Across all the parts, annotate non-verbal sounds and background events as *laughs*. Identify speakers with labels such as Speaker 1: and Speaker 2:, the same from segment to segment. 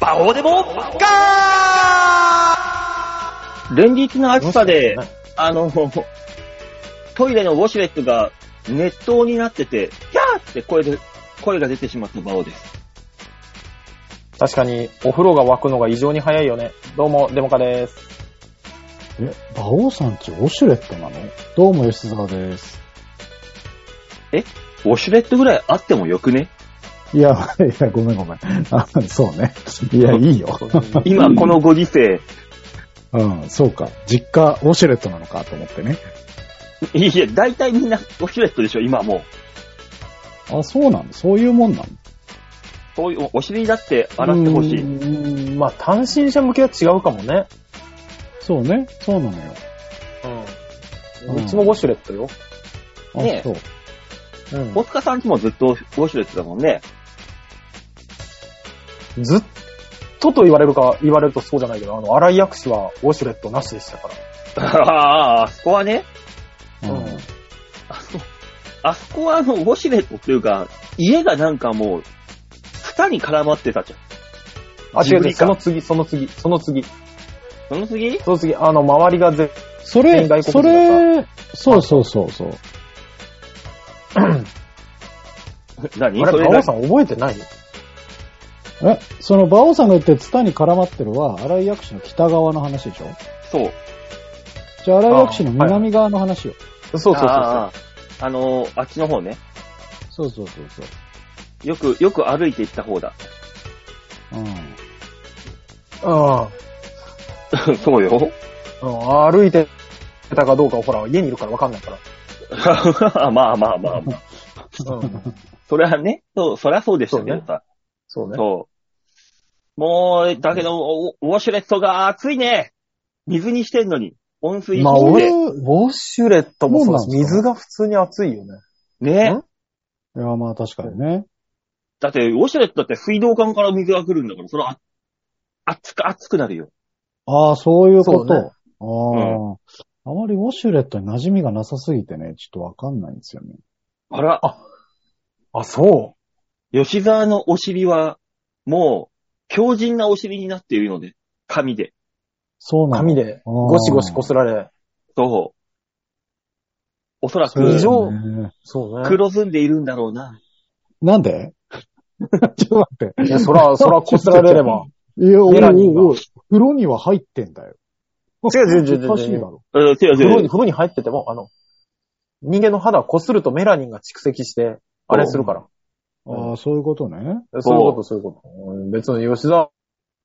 Speaker 1: 魔法でもガー連日の暑さで、あの、トイレのウォシュレットが熱湯になってて、キャーって声で、声が出てしまった場をです。
Speaker 2: 確かに、お風呂が沸くのが異常に早いよね。どうも、デモカ *laughs* です。
Speaker 3: え、馬王さんちウォシュレットなのどうも吉沢です。
Speaker 1: ウォシュレットぐらいあってもよくね
Speaker 3: いや、いや、ごめんごめん。あそうね。いや、いいよ。
Speaker 1: 今このご時世、
Speaker 3: うん、そうか。実家、ウォシュレットなのかと思ってね。
Speaker 1: いやいや、大体みんなウォシュレットでしょ、今もう。
Speaker 3: あ、そうなのそういうもんなの
Speaker 1: そういう、お尻だって洗ってほし
Speaker 2: う
Speaker 1: い。
Speaker 2: ーんまあ、単身者向けは違うかもね。
Speaker 3: そうね。そうなのよ。
Speaker 2: う
Speaker 3: うん
Speaker 2: ん。うちもウォシュレットよ。
Speaker 3: あ、
Speaker 1: ねえ
Speaker 3: そう。うん
Speaker 1: 大塚さんちもずっとウォシュレットだもんね。
Speaker 2: ずっとと言われるか、言われるとそうじゃないけど、あの、荒井薬師はウォシュレットなしでしたから。
Speaker 1: ああ、あそこはね、
Speaker 3: うん
Speaker 1: あそこ、あそこはあの、ウォシュレットっていうか、家がなんかもう、蓋に絡まってたじゃん。
Speaker 2: あ、
Speaker 1: ジ
Speaker 2: 違う
Speaker 1: ブ
Speaker 2: 違う、
Speaker 1: リか
Speaker 2: その次、その次、その次、
Speaker 1: その次
Speaker 2: その次、あの、周りがぜ、
Speaker 3: そ
Speaker 2: 全員外
Speaker 3: れ、そ
Speaker 2: 国人だ
Speaker 3: れ、そうそうそうそう。
Speaker 1: 何そ
Speaker 2: あれ、
Speaker 1: れ
Speaker 2: 馬
Speaker 1: が
Speaker 2: 王さん覚えてない
Speaker 3: え、その馬王さんが言ってツタに絡まってるは、荒井薬師の北側の話でしょ
Speaker 1: そう。
Speaker 3: じゃあ荒井薬師の南側の話よ。
Speaker 2: そうそうそうそう。
Speaker 1: あーあのー、あっちの方ね。
Speaker 3: そうそうそうそう。
Speaker 1: よく、よく歩いて行った方だ。
Speaker 3: う
Speaker 2: うん
Speaker 1: そうよ。
Speaker 2: うん。歩いてたかどうか、ほら、家にいるからわかんないから。
Speaker 1: ま *laughs* あまあまあまあ。
Speaker 2: *laughs* うん。
Speaker 1: それはね、そう、そりゃそうでしたけどさ。
Speaker 2: そうね。
Speaker 1: そう。もう、だけど、おウォシュレットが熱いね。水にしてんのに。温水
Speaker 3: ん。
Speaker 1: に
Speaker 3: まあ、
Speaker 1: して
Speaker 3: 俺、
Speaker 1: て。
Speaker 3: い
Speaker 2: ウォシュレットもそうだし
Speaker 3: そうなんですか
Speaker 2: 水が普通に熱いよね。
Speaker 1: ね
Speaker 2: ん。
Speaker 3: や、まあ確かにね。
Speaker 1: だって、ウォシュレットだって水道管から水が来るんだから、それは、あ熱く、熱くなるよ。
Speaker 3: ああ、そういうこ
Speaker 2: そう
Speaker 3: と。
Speaker 2: ね
Speaker 3: ああ、あまりウォシュレットに馴染みがなさすぎてね、ちょっとわかんないんですよね。
Speaker 1: あら、
Speaker 2: あ、そ
Speaker 1: 吉沢のお尻は、もう、強靭なお尻になっているので、紙で。
Speaker 3: そう
Speaker 2: う。
Speaker 3: なの。
Speaker 2: 紙で、
Speaker 3: あー
Speaker 2: ゴシゴシこすられ。
Speaker 1: そう。おそら
Speaker 3: そうだよ
Speaker 1: く
Speaker 3: ね
Speaker 2: 水、上そうね。
Speaker 1: 黒ずんでいるんだろうな。
Speaker 3: な
Speaker 2: *laughs*
Speaker 3: んでちょっと待って。
Speaker 2: いや、
Speaker 3: *laughs*
Speaker 2: そら、そらこすられれば。
Speaker 3: いや、お
Speaker 2: メラニンが
Speaker 3: いおいおい風呂には入ってんだよ。
Speaker 2: 違う違う違う違う
Speaker 3: おかしいだろ。
Speaker 1: うん、違う
Speaker 2: 風呂
Speaker 1: 違
Speaker 2: に、
Speaker 1: う。
Speaker 2: 風呂に入ってても、あの、人間の肌を擦るとメラニンが蓄積して、あれするから。
Speaker 3: ああ、そういうことね。
Speaker 2: そういうこと、そういうことうん。別に吉田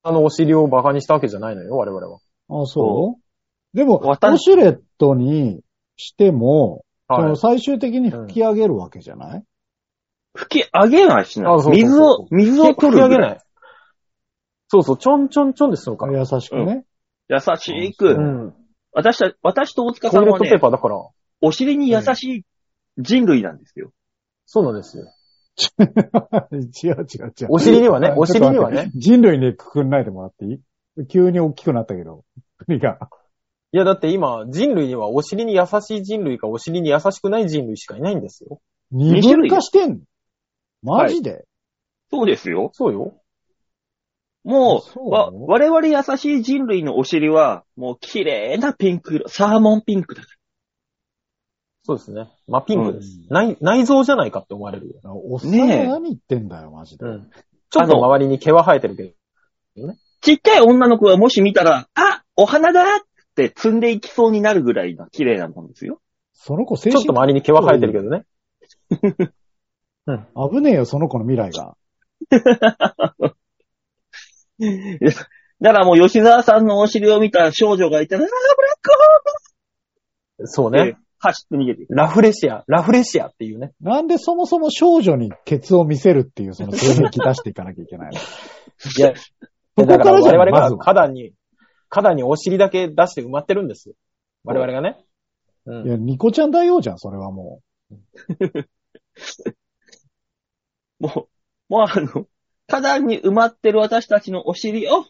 Speaker 2: のお尻をバカにしたわけじゃないのよ、我々は。
Speaker 3: ああ、そうでも、ウ
Speaker 1: 私
Speaker 3: ォシュレットにしても、そ
Speaker 2: は
Speaker 3: の
Speaker 2: い。
Speaker 3: 最終的に吹き上げるわけじゃない、
Speaker 1: 吹き上げないしな
Speaker 2: あ。そうそう
Speaker 1: 水
Speaker 2: そう
Speaker 1: を、水を取る。
Speaker 2: 上げない。そうそう、ちょんちょんちょんでするから。
Speaker 3: 優しくね。
Speaker 1: 優し
Speaker 3: う
Speaker 1: く。
Speaker 2: うん。
Speaker 1: 私た、私と大塚さ
Speaker 2: ト
Speaker 1: ん
Speaker 2: イレッ
Speaker 1: は
Speaker 2: トペー
Speaker 1: ね、
Speaker 2: パーだから、
Speaker 1: お尻に優しい人類なんですよ。
Speaker 2: そうなんですよ。
Speaker 3: *laughs* 違う
Speaker 2: *laughs*
Speaker 3: 違う違う。、
Speaker 2: お尻にはねお尻にはね。。
Speaker 3: 人類にくくんないでもらっていい急に大きくなったけど、国が。
Speaker 2: いや、だって今、人類にはお尻に優しい人類かお尻に優しくない人類しかいないんですよ。
Speaker 3: 二
Speaker 1: 種
Speaker 3: 分
Speaker 1: 類
Speaker 3: 化してんのマジで、
Speaker 1: そうですよ。
Speaker 2: そうよ。
Speaker 1: も、
Speaker 3: そうう
Speaker 1: わ
Speaker 3: な、の
Speaker 1: 我々優しい人類のお尻は、もう綺麗なピンク色、サーモンピンクだか
Speaker 2: そうですね。まあ、ピンクです。
Speaker 3: うん
Speaker 2: 内内臓じゃないかって思われるよ。
Speaker 3: おっさんは
Speaker 1: ねえ
Speaker 3: 何言ってんだよ、マジで。
Speaker 2: うん。ちょっと周りに毛は生えてるけど。
Speaker 1: ら。ちっちゃい女の子がもし見たら、あお花だって積んでいきそうになるぐらいな綺麗なもんですよ。
Speaker 3: その子精
Speaker 2: ちょっ
Speaker 3: 神
Speaker 2: と周りに毛は生えてるけどね。
Speaker 3: 危ねえよ、その子の未来が。
Speaker 1: だからもう吉沢さんのお尻を見た少女がいたら、あーブラック
Speaker 2: そう
Speaker 1: ホールっ
Speaker 2: ね
Speaker 1: て。走って逃げていく。
Speaker 2: ラフレシア、ラフレシアっていうね。
Speaker 3: なんでそもそも少女にケツを見せるっていう、その性癖出していかなきゃいけないの
Speaker 2: いや、
Speaker 3: こ
Speaker 2: だ
Speaker 3: か
Speaker 2: から
Speaker 3: らじ
Speaker 2: 我
Speaker 3: ゃん、
Speaker 2: 々
Speaker 3: まず
Speaker 2: が
Speaker 3: は。
Speaker 2: 花壇に、花壇にお尻だけ出して埋まってるんですよ。我々がね。う
Speaker 3: い
Speaker 2: ん。
Speaker 3: や、ニコちゃん大王じゃん、それはも
Speaker 1: もう、もうあの、ただに埋まってる私たちのお尻を、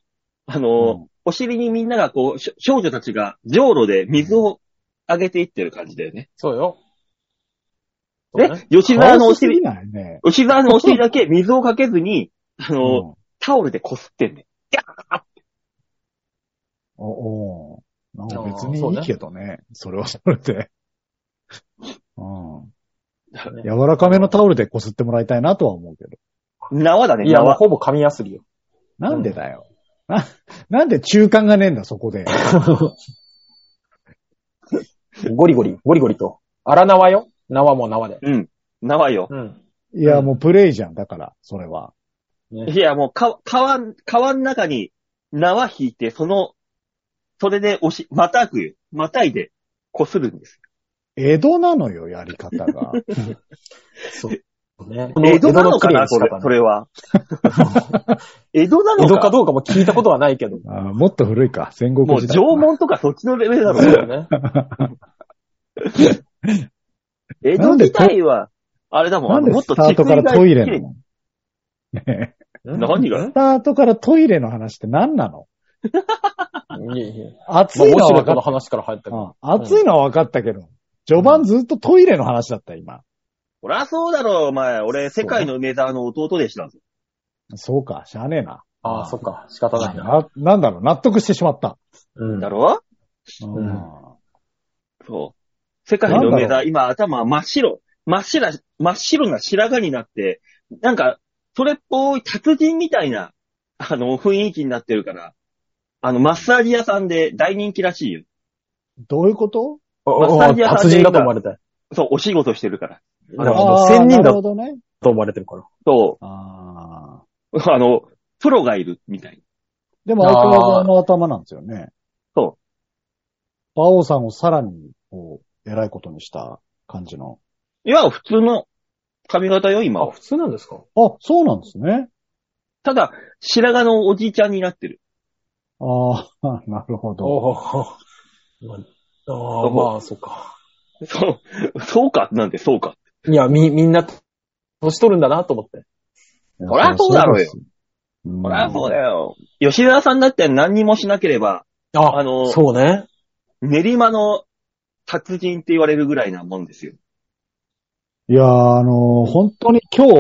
Speaker 1: あ
Speaker 3: う。
Speaker 1: の、
Speaker 3: うん
Speaker 1: お尻にみんながこう、しょ少女たちが、じょうろで水をあげていってる感じだよね。
Speaker 2: そうよ。そうね
Speaker 1: で、吉沢のお
Speaker 3: 可愛すぎ
Speaker 1: 尻、
Speaker 3: ないね。
Speaker 1: 吉沢のお尻だけ水をかけずに、あの、
Speaker 3: うん
Speaker 1: タオルでこすってんね。
Speaker 3: おおーなんか別
Speaker 2: あー
Speaker 3: に
Speaker 2: そうね
Speaker 3: いいけどね。それはそれで。うん。
Speaker 2: ね
Speaker 3: 柔らかめのタオルで擦ってもらいたいなとは思うけど。
Speaker 1: 縄だね、
Speaker 2: いや、もう
Speaker 1: 縄。
Speaker 2: ほぼ紙やすりよ。
Speaker 3: なんでだよ。 *laughs* な、なんで中間がねえんだ、そこで。
Speaker 2: *laughs* ゴリゴリ、ゴリゴリと。荒縄よ。縄も縄で。
Speaker 1: うん。縄よ。
Speaker 2: うん。
Speaker 3: いや、
Speaker 2: うん
Speaker 3: もうプレイじゃん、だから、それは。
Speaker 1: いや、もう、か、川、川の中に縄引いて、その、それで押し、またぐよ。またいで、擦るんです。
Speaker 3: 江戸なのよ、やり方が。
Speaker 2: ね、
Speaker 1: 江戸なのかな、
Speaker 2: 江戸
Speaker 1: そ
Speaker 2: の
Speaker 1: れ
Speaker 2: 綺麗な仕方ね
Speaker 1: それは。江戸なの
Speaker 2: 江戸
Speaker 1: か
Speaker 2: かどうかも聞いたことはないけど。
Speaker 3: *laughs* あーもっと古いか、戦国
Speaker 1: もう
Speaker 3: 時代。
Speaker 1: 縄文とかそっちのレベルだろ
Speaker 2: *laughs* そう。だね。
Speaker 1: 江
Speaker 3: な
Speaker 1: 戸
Speaker 3: んで
Speaker 1: 時代は、あれだもん、
Speaker 3: な
Speaker 1: あ
Speaker 3: ん
Speaker 1: の
Speaker 3: で
Speaker 1: もっ
Speaker 3: ス
Speaker 1: と
Speaker 3: タートからトイレなのねえ
Speaker 1: 何が
Speaker 3: スタートからトイレの話って何なの
Speaker 2: いえいえ。
Speaker 3: 暑
Speaker 2: まあ、
Speaker 3: い
Speaker 2: ウォ
Speaker 3: のは
Speaker 2: シュレ
Speaker 3: 分
Speaker 2: ット
Speaker 3: かっ
Speaker 2: の話から入ったけ
Speaker 3: た。
Speaker 2: ど。
Speaker 3: うん暑いのは分かったけど、序盤ずっとトイレの話だった、今。
Speaker 1: ほら、そうだろ、お前。俺、世界の梅沢の弟でしたんですよ。
Speaker 3: そうか、しゃあねえな。
Speaker 2: ああ、そっか。仕方ないな。
Speaker 3: な、なんだろう、納得してしまった。
Speaker 2: うん
Speaker 1: だろ
Speaker 3: うん
Speaker 2: うん
Speaker 1: そう。世界の梅沢、今頭真っ白。真っ白、真っ白な白髪になって、なんか、それっぽい達人みたいな、あの、雰囲気になってるから、あの、マッサージ屋さんで大人気らしいよ。
Speaker 3: どういうこと
Speaker 2: お
Speaker 1: マッサージ屋さん
Speaker 2: 達
Speaker 1: で
Speaker 2: 人だと思われたい。
Speaker 1: そう、お仕事してるから。
Speaker 2: なるほど。
Speaker 3: あー
Speaker 2: 仙人だ
Speaker 3: なるほ
Speaker 2: と
Speaker 3: どね。
Speaker 2: 思われてるから。
Speaker 1: そ
Speaker 3: ああ。
Speaker 1: う。 *laughs* あの、プロがいる、みたい
Speaker 3: でも、
Speaker 2: あー
Speaker 3: 青川さんの頭なんですよね。。
Speaker 1: そう
Speaker 3: 馬王さんをさらに、こう、偉いことにした感じの。
Speaker 1: な。いや、普通の髪型よ、今
Speaker 2: あ、
Speaker 1: は。
Speaker 2: 普通なんですか
Speaker 3: あ、そうなんですね。
Speaker 1: ただ、白髪のおじいちゃんになってる。
Speaker 3: ああ、 *laughs* なるほど。
Speaker 2: おお。ああ、まあ、そっか。
Speaker 1: そう、そうかなんで、そうか。
Speaker 2: いや、み、みんな、年取るんだなと思って。
Speaker 1: そりゃそうだろうよ
Speaker 3: うん。
Speaker 1: これはそうだよ。吉沢さんだって何にもしなければ、
Speaker 2: あ
Speaker 1: あの
Speaker 2: そうね。
Speaker 1: 練馬の達人って言われるぐらいなもんですよ。
Speaker 3: いやー、あのー本当に今日、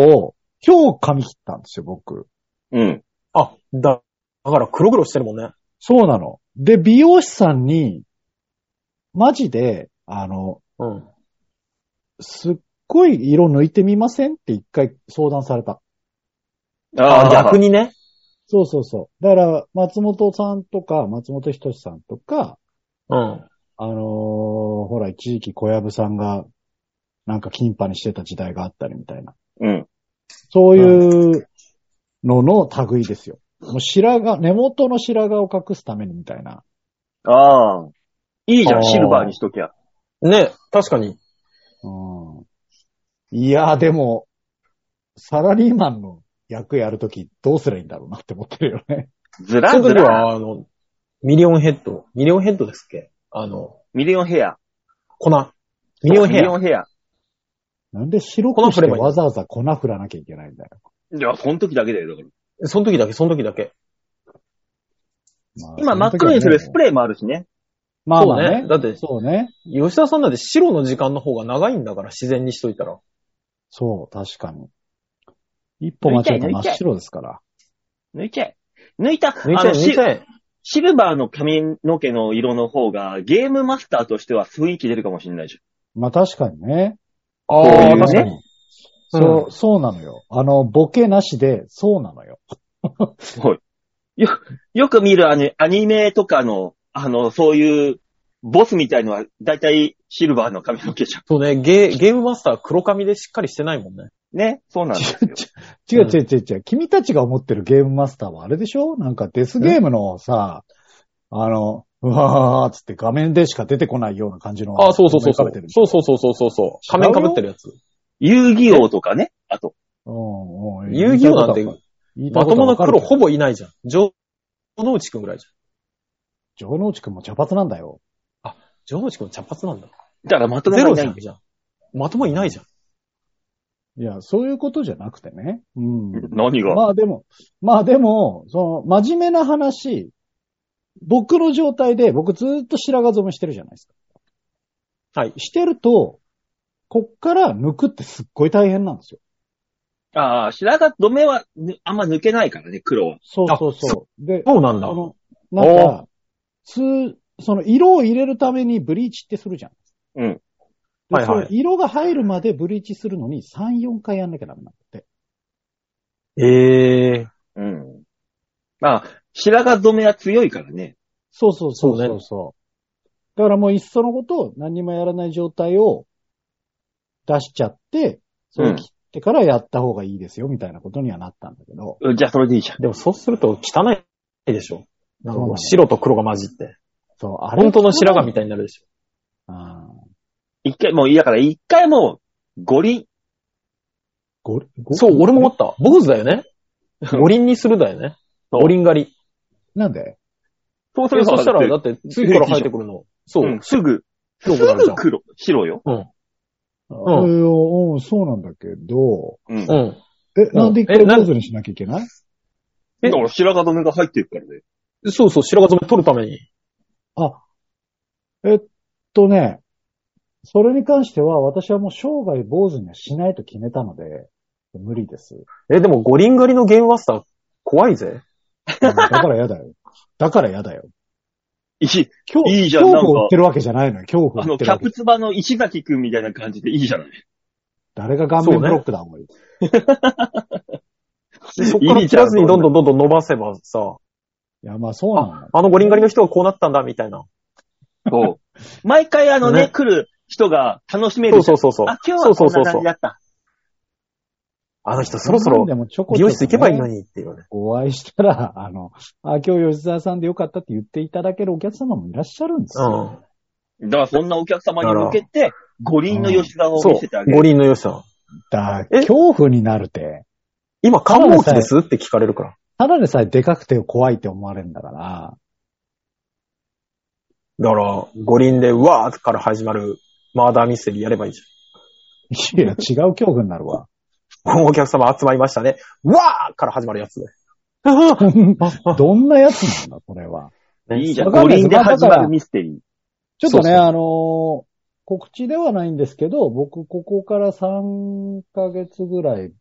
Speaker 3: 今日髪切ったんですよ、僕。
Speaker 1: うん。
Speaker 2: あ、だ、だから黒々してるもんね。
Speaker 3: そうなの。で、美容師さんに、マジで、あの、
Speaker 2: うん。
Speaker 3: すっごい色抜いてみませんって一回相談された。
Speaker 2: あ逆
Speaker 1: に。
Speaker 2: にね。
Speaker 3: そうそうそう。だから、松本さんとか、松本人志さんとか、
Speaker 2: うん。
Speaker 3: あのーほら、一時期小籔さんが、なんか金パにしてた時代があったりみたいな。
Speaker 1: うん。
Speaker 3: そういうのの類ですよ。もう白髪、根元の白髪を隠すためにみたいな。
Speaker 1: ああ。いいじゃ
Speaker 3: あ
Speaker 1: ん、
Speaker 3: ー
Speaker 1: シルバーにしときゃ。
Speaker 2: ね、確かに。
Speaker 3: うん。いやー、でも、サラリーマンの役やるときどうすりゃいいんだろうなって思ってるよね。 *laughs*
Speaker 1: ず
Speaker 2: そ
Speaker 1: ら
Speaker 2: の
Speaker 1: ず
Speaker 2: 時
Speaker 1: ら。
Speaker 2: は、あの、ミリオンヘッド。ミリオンヘッドですっけあの、
Speaker 1: ミリオンヘア。
Speaker 2: 粉。ミリオンヘ
Speaker 1: ミリオ
Speaker 2: ア。
Speaker 1: ンヘア。
Speaker 3: なんで白
Speaker 2: 粉
Speaker 3: く
Speaker 2: 振
Speaker 3: し
Speaker 2: れ
Speaker 3: て
Speaker 2: ばいい
Speaker 3: わざわざ粉振らなきゃいけないんだよ。
Speaker 1: いや、その時だけだよ、だから。
Speaker 2: その時だけ、その時だけ。
Speaker 3: まあ
Speaker 1: 今、真っ黒にするスプレーもあるしね。
Speaker 3: まあまあ
Speaker 2: そう
Speaker 3: ね
Speaker 2: ね。だって
Speaker 3: そうね。
Speaker 2: 吉田さんだって白の時間の方が長いんだから、自然にしといたら。
Speaker 3: そう、確かに。一歩間違えたら真っ白ですから。
Speaker 1: 抜いちゃえ。抜いた、あ
Speaker 2: 抜いちゃ
Speaker 1: の、
Speaker 2: え、抜い
Speaker 1: シ
Speaker 2: ちゃえ。
Speaker 1: シルバーの髪の毛の色の方が、ゲームマスターとしては雰囲気出るかもしれないじ
Speaker 3: まあ確かにね。
Speaker 2: あ
Speaker 1: こうい
Speaker 2: あ、
Speaker 1: うね
Speaker 2: 確かに。
Speaker 3: そう、そうなのよ。あの、ボケなしで、そうなのよ。
Speaker 1: ゃん。はい。よ、よく見るあの、アニメとかの、あの、そういう、ボスみたいのは、だいたいシルバーの髪の毛じゃ
Speaker 2: そうね、ゲー、ゲームマスターは黒髪でしっかりしてないもんね。
Speaker 1: ん。ね。そうなんですよ。
Speaker 3: 違う違う違う違う。君たちが思ってるゲームマスターはあれでしょなんかデスゲームのさ、あの、うわーっつって画面でしか出てこないような感じの。
Speaker 2: ああ、そうそうそうそ
Speaker 3: 思
Speaker 2: う
Speaker 3: い浮かべてる。
Speaker 2: そうそうそうそうそうそう。仮面被ってるやつ。
Speaker 1: 遊戯王とかね。あと。
Speaker 3: うんうん。
Speaker 2: 遊戯王なんて、
Speaker 3: 言いた
Speaker 2: ま
Speaker 3: いことと
Speaker 2: もな
Speaker 3: は分かる
Speaker 2: 黒
Speaker 3: けど、
Speaker 2: ほぼいないじゃん。城城之内くんぐらいじ
Speaker 3: 城之内くんも茶髪なんだよ。
Speaker 2: ゃん。城之内くん茶髪なんだ。
Speaker 1: だからまた
Speaker 2: ゼ
Speaker 1: 名前な
Speaker 2: ロじ
Speaker 1: い
Speaker 2: ゃん。じゃんまともいないじゃん。
Speaker 3: いや、そういうことじゃなくてね。うん。
Speaker 1: 何が、
Speaker 3: まあでも、まあでも、その、真面目な話、僕の状態で、僕ずーっと白髪染めしてるじゃないですか。
Speaker 2: はい。
Speaker 3: してると、こっから抜くってすっごい大変なんですよ。
Speaker 1: ああ、白髪止めはぬあんま抜けないからね、黒は。
Speaker 3: そう
Speaker 2: あ
Speaker 3: そうそう。で、
Speaker 2: そうなん
Speaker 3: あ
Speaker 2: だ。
Speaker 3: の、なんか、つ、その色を入れるためにブリーチってするじゃん。
Speaker 1: うん。
Speaker 3: で
Speaker 2: はいはい
Speaker 3: その色が入るまでブリーチするのに3、4回やんなきゃダメなんだって。
Speaker 2: ええ
Speaker 1: うん。まあ、白髪染めは強いからね。
Speaker 3: そうそうそうそう
Speaker 2: そう
Speaker 3: そうだからもういっそのこと何もやらない状態を出しちゃって、それを切ってからやった方がいいですよ、みたいなことにはなったんだけど。
Speaker 1: うんじゃあ、それでいいじゃん。
Speaker 2: でもそうすると汚いでしょ。なんか
Speaker 3: そうな
Speaker 2: こ
Speaker 3: の
Speaker 2: う白と黒が混じって。
Speaker 3: そう、あれ
Speaker 2: 本当の白髪みたいになるでしょ。
Speaker 3: あー
Speaker 1: 一回、もういいだから、一回もう、五輪。
Speaker 3: ごご
Speaker 2: そう、俺も思った。坊主だよね。五輪にするだよね。五輪狩り。
Speaker 3: なんで
Speaker 1: そうす
Speaker 2: そ
Speaker 1: れば
Speaker 2: したら、だ
Speaker 1: だっ
Speaker 2: って、次から生えてくるの。そうう。
Speaker 1: ん、すぐ、す
Speaker 2: 黒くなるじ
Speaker 1: ぐ
Speaker 2: ゃん。
Speaker 1: 黒、白よ。
Speaker 2: うん
Speaker 3: えーうん、そうなんだけど、
Speaker 1: うん。だ
Speaker 2: う
Speaker 1: か
Speaker 2: ん。
Speaker 3: え、なんで一回
Speaker 2: えな
Speaker 3: 坊主にしなきゃいけない
Speaker 2: え
Speaker 1: ら白髪染めが入ってるからね。
Speaker 2: そうそう、白髪染め取るために。
Speaker 3: あ、えっとね、それに関しては私はもう生涯坊主にはしないと決めたので、無理 *laughs* です。
Speaker 2: え、でも五輪狩りのゲームマスター、怖いぜ。
Speaker 3: だから嫌だよ。だから嫌だよ。
Speaker 1: いい
Speaker 3: 恐
Speaker 1: いいじゃん
Speaker 3: 恐怖
Speaker 1: なん
Speaker 3: を
Speaker 1: か
Speaker 3: 売ってるわけじゃないのよ。恐
Speaker 1: あ
Speaker 3: 怖を売っ
Speaker 1: の、キ
Speaker 3: てるわ
Speaker 1: ャ
Speaker 3: け
Speaker 1: プ。ツバの石崎くんみたいな感じでいいじゃない。
Speaker 3: 誰が顔面ブロックだ、おい。
Speaker 2: でそっから切らずにどんどんどんどん伸ばせばさ、
Speaker 3: いや、まあそうなのよ。
Speaker 2: あの五輪狩りの人はこうなったんだ、みたいな。
Speaker 1: そう。毎回あのね、
Speaker 2: ね
Speaker 1: 来る人が楽しめ
Speaker 2: そ
Speaker 1: る
Speaker 2: う
Speaker 1: じ
Speaker 2: そ
Speaker 1: ゃん。
Speaker 2: うそうそう。
Speaker 1: あ、今日
Speaker 2: そ
Speaker 1: は
Speaker 2: う
Speaker 1: こ
Speaker 2: そうんそ
Speaker 1: な
Speaker 2: うそ
Speaker 1: 感
Speaker 2: う
Speaker 1: じだ。った。
Speaker 2: あの人そろそろ
Speaker 3: でもちょこ
Speaker 2: 美
Speaker 3: ちょこ
Speaker 2: 容
Speaker 3: ね
Speaker 2: 室行けばいいのにっていうね。
Speaker 3: お会いしたら、あの、あ、今日吉沢さんでよかったって言っていただけるお客様もいらっしゃるんです
Speaker 2: う
Speaker 3: よ。
Speaker 2: ん。
Speaker 1: だからそんなお客様に向けて、五輪の吉沢を
Speaker 2: そ
Speaker 1: 見せてあげ
Speaker 2: う。五
Speaker 1: る。
Speaker 2: 輪の良さ。
Speaker 3: だ、
Speaker 2: え
Speaker 3: 恐怖になるて。
Speaker 2: 今、看護師ですって聞かれるから。
Speaker 3: ただでさえでかくて怖いって思われるんだから、
Speaker 2: だから、五輪で、うわーから始まるマーダーミステリーやればいいじ
Speaker 3: いや、違う恐怖にな
Speaker 2: *laughs*
Speaker 3: るわ。
Speaker 2: ゃん。お客様集まりましたね。うわーから始まるやつね。あー
Speaker 3: どんなやつなんだ、これは。
Speaker 1: いいじゃん。
Speaker 3: わか
Speaker 1: 五
Speaker 3: んないです
Speaker 1: 輪で始
Speaker 3: まあだ
Speaker 1: ま
Speaker 3: から
Speaker 1: るミステリー。
Speaker 3: ちょっとね、
Speaker 2: そうそう
Speaker 3: あのー告知ではないんですけど、僕、ここから3ヶ月ぐらい、違う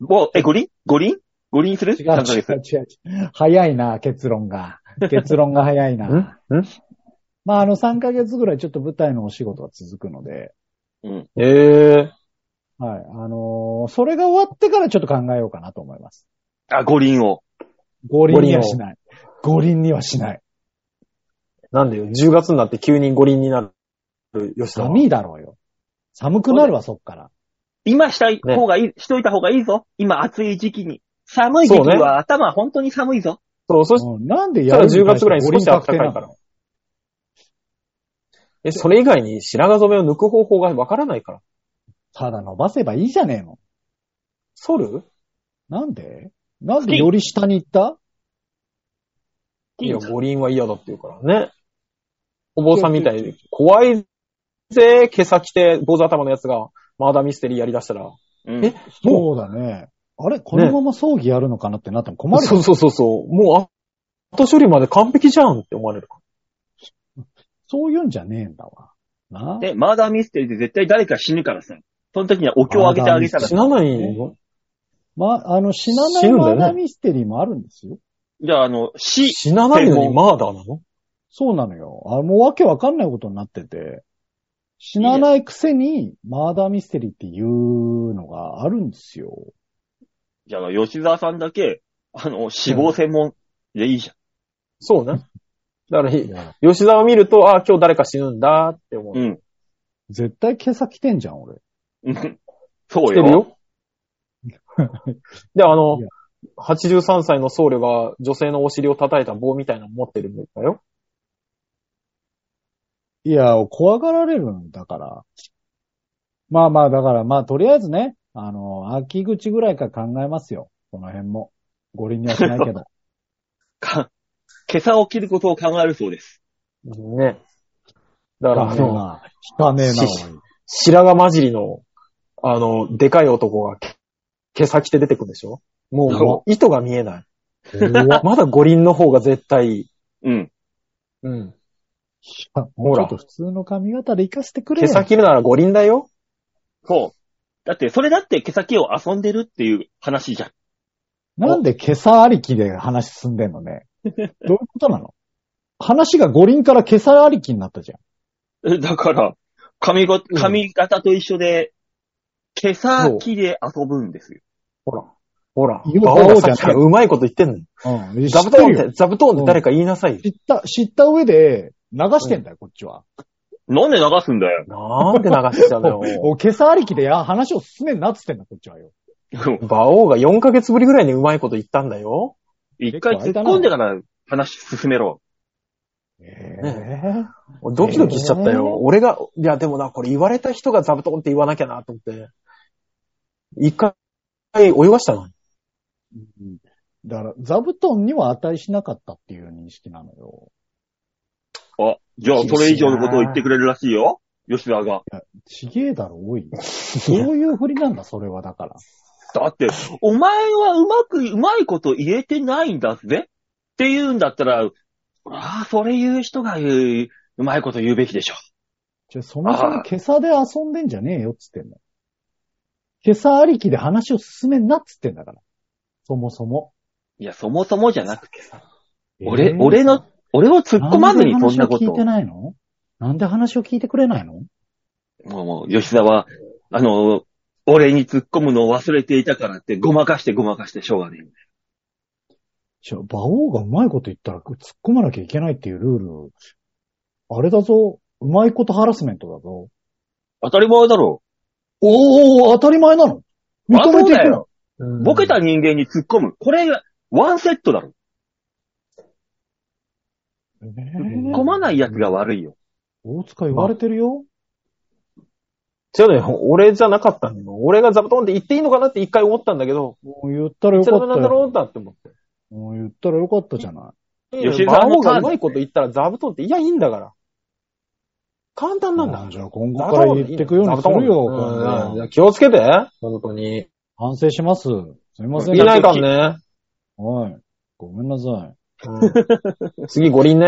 Speaker 1: もう、え、五輪五輪五輪する ?3 ヶ
Speaker 3: 違
Speaker 1: 月
Speaker 3: う。違う違う早いな、結論が。結論が早い
Speaker 2: ん *laughs*
Speaker 3: な。
Speaker 2: ん
Speaker 3: まあ、あの、3ヶ月ぐらいちょっと舞台のお仕事が続くので、
Speaker 2: ええ
Speaker 3: はい。あのーそれが終わってからちょっと考えようかなと思います。
Speaker 1: あ、五輪を。
Speaker 3: 五輪には
Speaker 2: 五輪を
Speaker 3: しない。五輪にはしない。
Speaker 2: なんでよ、10月になって急に五輪になる吉田は。
Speaker 3: 寒いだろうよ。寒くなるわ、そっから。
Speaker 1: 今したい方がいい、しといた方がいいぞ。今暑い時期に。寒い時期
Speaker 2: そうね
Speaker 1: は頭本当に寒いぞ。
Speaker 2: そう、そし
Speaker 3: うんなんで
Speaker 2: た
Speaker 3: や
Speaker 2: ら
Speaker 3: る
Speaker 2: 10月ぐらいに
Speaker 3: 五
Speaker 2: 少
Speaker 3: 輪
Speaker 2: し暖
Speaker 3: 確
Speaker 2: か
Speaker 3: 定
Speaker 2: い
Speaker 3: なの
Speaker 2: から。え、それ以外に白髪染めを抜く方法がわからないから。
Speaker 3: ただ伸ばせばいいじゃねえの。
Speaker 2: 剃る
Speaker 3: なんでなんでより下に行った
Speaker 2: いや、五輪は嫌だって言うからね。お坊さんみたいに、怖いぜ、今朝来て、坊主頭のやつが、マーダーミステリーやりだしたら。
Speaker 1: うん
Speaker 2: え
Speaker 3: そうだね。あれこのまま葬儀やるのかなってなっても困るよ、
Speaker 2: そうそうそうそう。もう、後処理まで完璧じゃんって思われるか
Speaker 3: そういうんじゃねえんだわ。な
Speaker 1: で、マーダーミステリーで絶対誰か死ぬからさ。その時にはお経をあげてあげた
Speaker 3: だ
Speaker 2: ら。
Speaker 1: ら
Speaker 2: 死。なないの
Speaker 3: まあ、あの、死なな
Speaker 2: 死
Speaker 3: い
Speaker 2: ぬんだ
Speaker 3: マ
Speaker 2: よ
Speaker 3: ー
Speaker 2: ね
Speaker 3: ダーミステリーもあるんですよ。
Speaker 1: じゃあ、あの、死。
Speaker 2: 死なないのにマーダーなの
Speaker 3: そうなのよ。あもうわけわかんないことになってて。死なないくせに、マーダーミステリーっていうのがあるんですよ。
Speaker 1: じゃあ、吉沢さんだけ、あの、死亡専門でいいじ
Speaker 2: そうね。だから、
Speaker 3: いや
Speaker 2: 吉沢見ると、ああ、今日誰か死ぬんだって思う。
Speaker 1: ゃん。うん。
Speaker 3: 絶対今朝来てんじゃん、俺。
Speaker 1: うんそう
Speaker 2: 来てる
Speaker 1: よ。
Speaker 2: よ。
Speaker 1: *laughs*
Speaker 2: で、あの
Speaker 3: いや、
Speaker 2: 83歳の僧侶が女性のお尻を叩いた棒みたいなの持ってるんだよ。
Speaker 3: いや、怖がられるんだから。まあまあ、だから、まあ、とりあえずね、あの、秋口ぐらいから考えますよ。この辺も。五輪にはしないけど。
Speaker 1: か、今朝起きることを考えるそうです。
Speaker 2: ね。だ *laughs* から、あ
Speaker 3: 引
Speaker 2: の、
Speaker 3: かねえな。引かね
Speaker 2: し
Speaker 3: えな、おい。
Speaker 2: 白髪混じりの、あの、でかい男が、け毛先で出てくるでしょもう、
Speaker 1: そう
Speaker 2: もう糸が見えない。
Speaker 3: 怖っ
Speaker 2: まだ五輪の方が絶対いい。
Speaker 1: うん。
Speaker 2: うん。
Speaker 3: もうちょっと普通の髪型で行かせてくれ
Speaker 2: 毛
Speaker 3: よ。
Speaker 2: 先いるなら五輪だよ。
Speaker 1: そう。だって、それだって毛先を遊んでるっていう話じゃん。
Speaker 3: なんで今朝ありきで話進んでんの
Speaker 2: *laughs*
Speaker 3: ね。どういうことなの話が五輪から今朝ありきになったじゃん。
Speaker 1: え *laughs* だから、髪ご、
Speaker 2: ん
Speaker 1: 髪型と一緒で、毛先で遊ぶんですよ。
Speaker 2: ほら。ほら。
Speaker 3: いや
Speaker 2: 馬王がさっきから
Speaker 3: 馬
Speaker 2: うまいこと言ってんのよ。
Speaker 3: うん。知
Speaker 2: 座布
Speaker 3: って
Speaker 2: 団っ
Speaker 3: る
Speaker 2: て
Speaker 3: よ。、
Speaker 2: 座布団って誰か言いなさいよ。
Speaker 3: 知った、知った上で流してんだよ、こっちは。
Speaker 1: なんで流すんだよ。 *laughs*
Speaker 2: なんで流しちゃうのよ。
Speaker 3: *laughs* お、今朝ありきでや、話を進めんなっつってんだ、こっちはよ。
Speaker 2: 馬王が4ヶ月ぶりぐらいにうまいこと言ったんだよ。
Speaker 1: 一回突っ込んでから話進めろ。
Speaker 3: え
Speaker 2: 俺ドキドキしちゃった
Speaker 3: えー
Speaker 2: よ。俺が、いやでもな、これ言われた人が座布団って言わなきゃなと思って。一回、泳がしたのに。
Speaker 3: うんだから、座布団には値しなかったっていう認識なのよ。
Speaker 1: あ、じゃあ、それ以上のことを言ってくれるらしいよ。吉沢が。
Speaker 3: ちげえだろ、
Speaker 2: *laughs*
Speaker 3: おい。そういう振りなんだ、それはだから。
Speaker 1: だって、お前はうまく、うまいこと言えてないんだぜって言うんだったら、ああ、それ言う人が言う、うまいこと言うべきでしょ。
Speaker 3: じゃあ、そもそも今朝で遊んでんじゃねえよ、っつってんの。今朝ありきで話を進めんな、っつってんだから。そもそも。
Speaker 1: いや、そもそもじゃなくて、俺、俺の、俺を突っ込まずにそんなこ
Speaker 3: なんで話を聞いて
Speaker 1: と。
Speaker 3: ないのなんで話を聞いてくれないの
Speaker 1: もう、もう、吉沢、あの、俺に突っ込むのを忘れていたからって、ごまかしてごまかしてしょうがねえ。
Speaker 3: じゃあ、馬王がうまいこと言ったら突っ込まなきゃいけないっていうルール、あれだぞ。うまいことハラスメントだぞ。
Speaker 1: 当たり前だろ。
Speaker 3: おー、当たり前なの認めてい
Speaker 1: あそうだ
Speaker 3: くの
Speaker 1: よボケた人間に突っ込む。これ、ワンセットだろ。
Speaker 3: え
Speaker 1: 突っ
Speaker 3: ー
Speaker 1: 込まない奴が悪いよ。
Speaker 3: 大塚言われてるよ。
Speaker 2: 違うのよ。俺じゃなかったのよ。俺が座布団って言っていいのかなって一回思ったんだけど、
Speaker 3: もう言ったらよ
Speaker 2: そ
Speaker 3: か
Speaker 2: れ
Speaker 3: っ
Speaker 2: はな
Speaker 3: た
Speaker 2: んだろ
Speaker 3: よ。
Speaker 2: うなって思って。
Speaker 3: もう言ったらよかったじゃない。
Speaker 1: 吉井さ
Speaker 2: 馬
Speaker 1: んの
Speaker 2: 王
Speaker 1: ターン
Speaker 2: がうまいこと言ったら座布団って、いや、いいんだから。簡単なんだ
Speaker 3: あ。じゃあ今後から言ってくようにするよ。今度は
Speaker 2: 気をつけて。本当に。
Speaker 3: 反省します。すいません。
Speaker 2: いないかんね。
Speaker 3: はい。ごめんなさい。 *laughs*
Speaker 2: 次、五輪ね。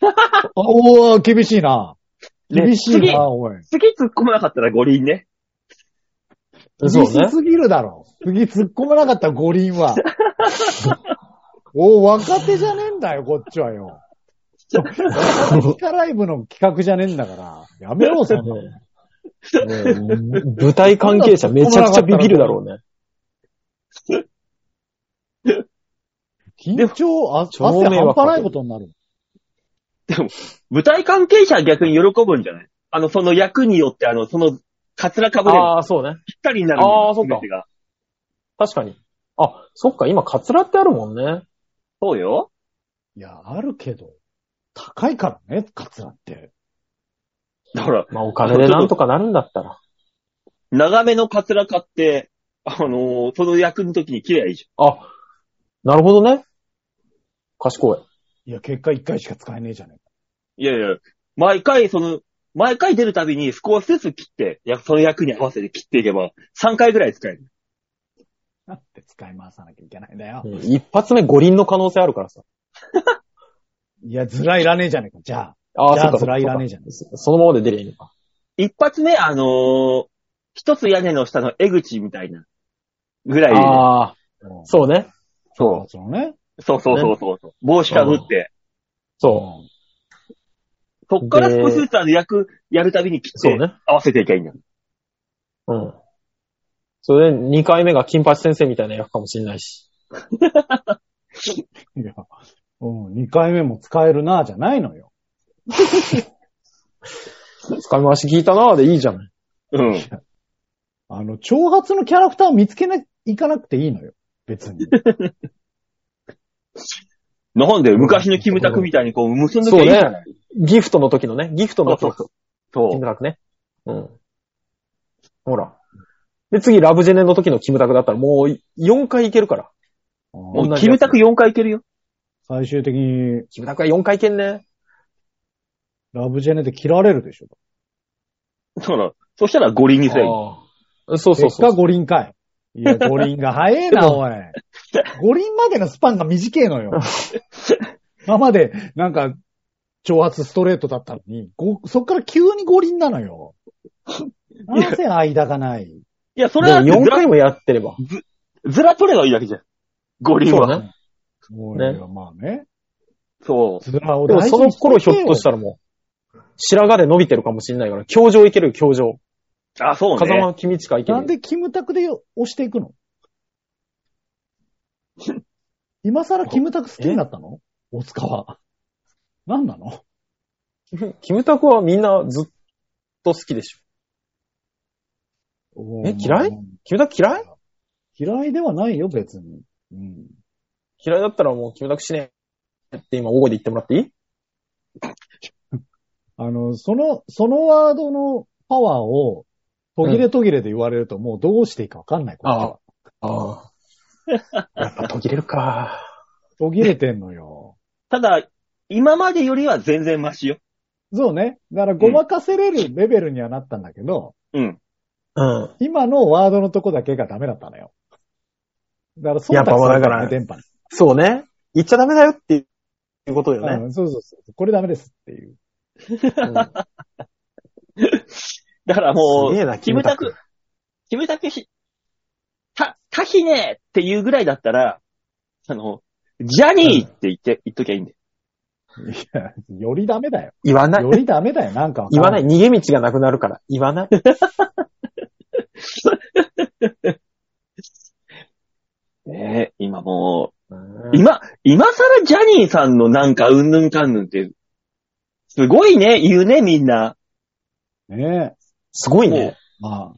Speaker 3: あ、おー、厳しいな。
Speaker 1: ね
Speaker 3: 厳しいな、おい。
Speaker 1: 次突っ込まなかったら五輪ね。
Speaker 2: そう
Speaker 3: 厳
Speaker 2: *laughs*
Speaker 3: し
Speaker 2: ね。
Speaker 3: すぎるだろ。次突っ込まなかった五輪 *laughs* は。おー、若手じゃねえんだよ、こっちはよ。若手地下ライブの企画じゃねえんだから。やめろ、 *laughs* そんなの。
Speaker 2: *laughs* 舞台関係者めちゃくちゃビビるだろうね。
Speaker 3: 緊張、あ汗
Speaker 2: 照明は
Speaker 3: 半端ないことになる。
Speaker 1: 舞台関係者は逆に喜ぶんじゃないあの、その役によって、あの、その、カツラかぶれが
Speaker 2: ああ、そうね。
Speaker 1: ぴったりになる
Speaker 2: あーそうか
Speaker 1: 全てが
Speaker 2: 確かに。あ、そっか、今、カツラってあるもんね。
Speaker 1: そうよ。
Speaker 3: いや、あるけど、高いからね、カツラって。
Speaker 1: だから、
Speaker 2: まあ、お金でなんとかなるんだったら。
Speaker 1: 長めのカツラ買って、あのーその役の時に切ればいいじ
Speaker 2: あ、なるほどね。賢い。
Speaker 3: いや、結果一回しか使えねえじゃねえか。
Speaker 1: ゃん。いやいや、毎回、その、毎回出るたびに少しずつ切って、やその役に合わせて切っていけば、3回ぐらい使える。
Speaker 3: なんて使い回さなきゃいけないんだよ。
Speaker 2: うん一発目五輪の可能性あるからさ。
Speaker 3: いや、ずらいらねえじゃねえか。じゃあ、
Speaker 2: あ
Speaker 3: じ
Speaker 2: あ、そ
Speaker 3: ゃあ
Speaker 2: っか
Speaker 3: ず
Speaker 2: そっ
Speaker 3: ら
Speaker 2: か
Speaker 3: い
Speaker 2: そ
Speaker 3: ら
Speaker 2: っ
Speaker 3: ね
Speaker 2: か
Speaker 3: え。じゃねえか。
Speaker 2: そのままで出りゃいいのか。
Speaker 1: 一発目、あのー一つ屋根の下の江口みたいな、ぐらいで、
Speaker 2: ああ、
Speaker 3: うん
Speaker 2: そうね。
Speaker 1: そ
Speaker 3: そのね。。
Speaker 1: う。そうそうそうそうそう。帽子かぶって、
Speaker 2: そう
Speaker 1: そっから少しずつあの役、やるたびに切
Speaker 2: う。
Speaker 1: っ
Speaker 2: そう
Speaker 1: て、
Speaker 2: ね。
Speaker 1: 合わせていけばいいんだ。
Speaker 2: うん。それで二回目が金八先生みたいな役かもしれないし。
Speaker 3: いや、うん、二回目も使えるな、じゃないのよ。
Speaker 2: 掴み回し聞いたなーでいいじゃない。
Speaker 1: うん。
Speaker 3: あの、挑発のキャラクターを見つけない、いかなくていいのよ。
Speaker 2: *laughs*
Speaker 3: 別に。
Speaker 1: なんで昔のキムタクみたいにこう結んでけばいいじゃない
Speaker 2: ギフトの時のね、ギフトの
Speaker 1: そう
Speaker 2: 時
Speaker 1: そう
Speaker 2: キ
Speaker 1: そ
Speaker 2: ムタクね。うん。ほら。で、次、ラブジェネの時のキムタクだったらもう4回いけるから。
Speaker 1: う。
Speaker 3: うん
Speaker 1: もうキムタク4回いけるよ。
Speaker 3: 最終的に、
Speaker 2: キムタクは4回いけんね。
Speaker 3: ラブジェネで切られるでしょ。
Speaker 1: だから、そしたら五輪にせよ。
Speaker 2: ああそうそう
Speaker 3: 結
Speaker 2: そ
Speaker 3: 果
Speaker 2: う。
Speaker 3: 五輪かい。いや、五輪が早え
Speaker 2: で
Speaker 3: な、
Speaker 2: も
Speaker 3: おい。五輪までのスパンが短いのよ。今まで、なんか、挑発ストレートだったのに、ごそっから急に五輪なのよ。なぜ間がない。
Speaker 1: いや、それはず
Speaker 2: でも4
Speaker 1: ら、
Speaker 2: 回もやってれば。
Speaker 1: ずら取ればいいだけじゃん。五輪
Speaker 2: そう
Speaker 1: は。
Speaker 2: ね。
Speaker 3: もう
Speaker 2: ね
Speaker 3: いやまあね。
Speaker 1: そう。
Speaker 3: ずらを
Speaker 2: でも
Speaker 3: 大事
Speaker 2: その
Speaker 3: にしと
Speaker 2: 頃
Speaker 3: い
Speaker 2: ひ
Speaker 3: てよ
Speaker 2: ょっとしたらもう、白髪で伸びてるかもしれないから、教場いけるよ、教場。
Speaker 1: あ、そうね。
Speaker 2: 風間君近いける
Speaker 3: なん
Speaker 2: よ。
Speaker 3: でキムタクで押していくの今更キムタク好きになったの大塚は。何なの
Speaker 2: キムタクはみんなずっと好きでしょ。え嫌いキムタク嫌い
Speaker 3: 嫌いではないよ、別に。うん。
Speaker 2: 嫌いだったらもうキムタクしねえって今大声で言ってもらっていい
Speaker 3: あの、その、そのワードのパワーを、途切れ途切れで言われると、もうどうしていいかわかんない、こっちは
Speaker 2: あああ。 *laughs* やっぱ途切れるか。
Speaker 3: 途切れてんの
Speaker 2: *laughs*
Speaker 3: よ。
Speaker 1: ただ、今までよりは全然マシよ。
Speaker 3: そうね。だから、ごまかせれるレベルにはなったんだけど、
Speaker 1: うん。
Speaker 2: うん。
Speaker 3: 今のワードのとこだけがダメだったのよ。だから、そう
Speaker 2: やっぱだから
Speaker 3: 電波に。
Speaker 2: そうね。言っちゃダメだよっていうことよね。
Speaker 3: うんそうそうそう。これダメですっていう。
Speaker 2: *laughs* うん
Speaker 1: だからも
Speaker 2: すげえ
Speaker 1: う、
Speaker 2: な、
Speaker 1: キ
Speaker 2: キ
Speaker 1: ム
Speaker 2: ム
Speaker 1: タ
Speaker 2: タ
Speaker 1: ク
Speaker 2: ク。
Speaker 1: キムタクひ、た、たひねっていうぐらいだったら、あの、ジャニーって言って、言っときゃいいんだよ。
Speaker 3: いや、よりダメだよ。
Speaker 2: 言わない
Speaker 3: よ。りダメだよ、なんかわかん
Speaker 2: 言わない。。逃げ道がなくなるから。言わない。
Speaker 1: ねえ、今もう、今、今更ジャニーさんのなんかうんぬんかんぬんって、すごいね、言うね、みんな。
Speaker 3: ねえ。
Speaker 2: すごい
Speaker 1: もう
Speaker 2: ね。
Speaker 3: まあ、